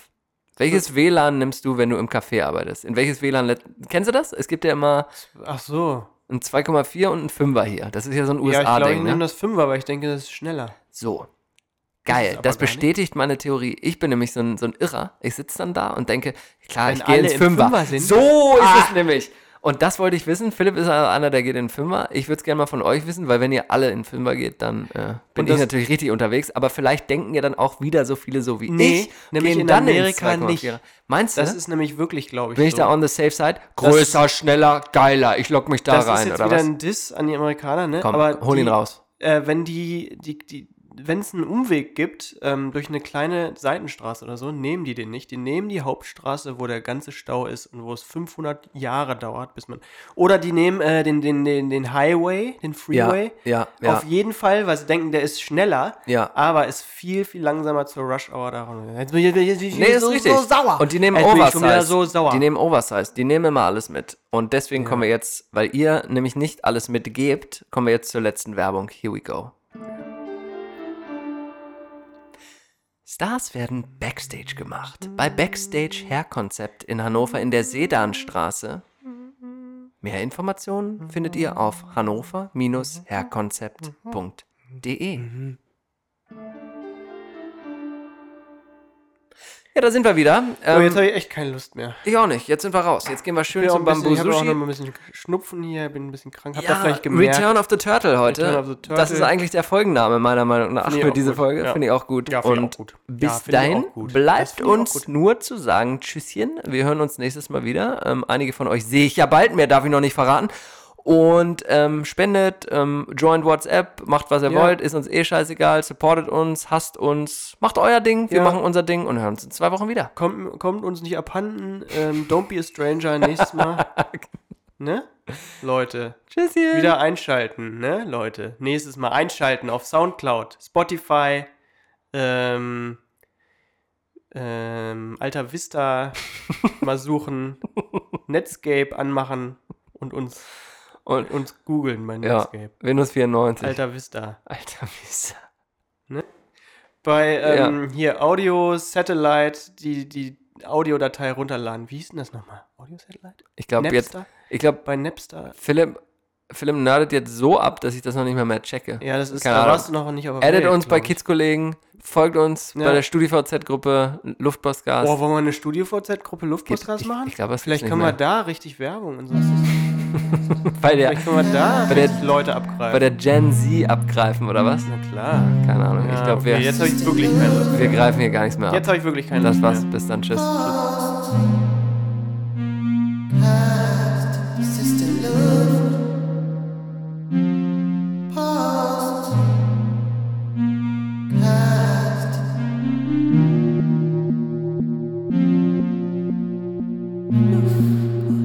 Welches WLAN nimmst du, wenn du im Café arbeitest? In welches WLAN? let- Kennst du das? Es gibt ja immer Ach so. ein 2,4 und ein 5er hier. Das ist ja so ein ja, ich glaube, ich USA-Ding. nehme ne? das Fünfer, aber ich denke, das ist schneller. So. Das ist Geil, aber das gar nicht- bestätigt meine Theorie. Ich bin nämlich so ein, so ein Irrer. Ich sitze dann da und denke, klar, Wenn ich gehe alle ins im Fünfer. Fünfer sind. ah. So ist es nämlich. Und das wollte ich wissen. Philipp ist also einer, der geht in den Fünfer. Ich würde es gerne mal von euch wissen, weil wenn ihr alle in den Fünfer geht, dann äh, bin Und das- ich natürlich richtig unterwegs. Aber vielleicht denken ja dann auch wieder so viele so wie Nee, ich. nämlich gehen in dann ins Amerika 2,4er. nicht. Meinst du? ne? Das ist nämlich wirklich, glaube ich, bin ich so. da on the safe side? Das- Größer, schneller, geiler. Ich lock mich da das ist rein, jetzt oder wieder was? ein Diss an die Amerikaner, ne? Komm, Aber hol ihn die- raus. Äh, wenn die, die, die wenn es einen Umweg gibt, ähm, durch eine kleine Seitenstraße oder so, nehmen die den nicht. Die nehmen die Hauptstraße, wo der ganze Stau ist und wo es 500 Jahre dauert, bis man. Oder die nehmen äh, den, den, den, den Highway, den Freeway. ja, ja. Auf jeden Fall, weil sie denken, der ist schneller, Ja. aber ist viel, viel langsamer zur Rush Hour da. runter. Jetzt bin ich, jetzt bin ich Nee, ist so, richtig. so sauer. Und die nehmen jetzt bin ich schon wieder Oversize. so sauer. Die nehmen Oversize. Die nehmen immer alles mit. Und deswegen kommen wir jetzt, weil ihr nämlich nicht alles mitgebt, kommen wir jetzt zur letzten Werbung. Here we go. Stars werden Backstage gemacht. Bei Backstage Hairkonzept in Hannover in der Sedanstraße. Mehr Mhm. Informationen findet ihr auf hannover-hairkonzept.de. Mhm. Ja, da sind wir wieder. Aber Ähm, jetzt habe ich echt keine Lust mehr. ich auch nicht. Jetzt sind wir raus. Jetzt gehen wir schön bin auch zum ein bisschen, ich habe auch noch mal Bambusushi. ein bisschen Schnupfen hier, bin ein bisschen krank. Habt ihr Ja, vielleicht gemerkt? Return of the Turtle heute. Return of the Turtle. Das ist eigentlich der Folgenname meiner Meinung nach Finde ich für auch diese gut. Folge. Ja. Finde ich auch gut. Ja, finde ich Und auch gut. Ja, bis finde ich dahin auch gut. Das bleibt finde ich auch uns gut. nur zu sagen, Tschüsschen. Wir hören uns nächstes Mal wieder. Ähm, einige von euch sehe ich ja bald, mehr darf ich noch nicht verraten. Und ähm, spendet, ähm, joint WhatsApp, macht was ihr Ja. wollt, ist uns eh scheißegal, supportet uns, hasst uns, macht euer Ding, wir Ja. machen unser Ding und hören uns in zwei Wochen wieder. kommt, kommt uns nicht abhanden. Ähm, don't be a stranger nächstes Mal. ne? Leute. Tschüsschen. Wieder einschalten, ne, Leute? Nächstes Mal einschalten auf Soundcloud, Spotify, ähm, ähm, Alta Vista mal suchen, Netscape anmachen und uns, Und- uns googeln bei Ja, Netscape. Windows 94. Alta Vista. Alter Mist. Bei ähm, hier Audio Satellite die, die Audiodatei runterladen. Wie hieß denn das nochmal? Audio Satellite? Ich glaube jetzt, Napster? ich glaube, Bei Napster. Philipp, Philipp nerdet jetzt so ab, dass ich das noch nicht mehr mehr checke. Ja, das ist, Keine da Ahnung. warst du noch nicht auf der Addet Welt, uns bei glaub ich. Kids-Kollegen, folgt uns Ja. bei der StudiVZ-Gruppe Luftpostgas. Oh, wollen wir eine Studio-VZ-Gruppe Luftpostgas ich- machen? ich glaube, das Vielleicht gibt's können nicht wir da richtig Werbung und sonst ist, bei, der, Vielleicht können wir da Bei der- richtig Leute abgreifen. bei der Gen Z abgreifen, oder was? Na klar. Keine Ahnung. ich Ja, glaube, wir, okay, jetzt habe ich wirklich keine Lust. wir greifen hier gar nichts mehr Jetzt ab. habe ich wirklich keine Das Lust. war's. Bis dann. Tschüss. Sister Love. Past. Past. Love.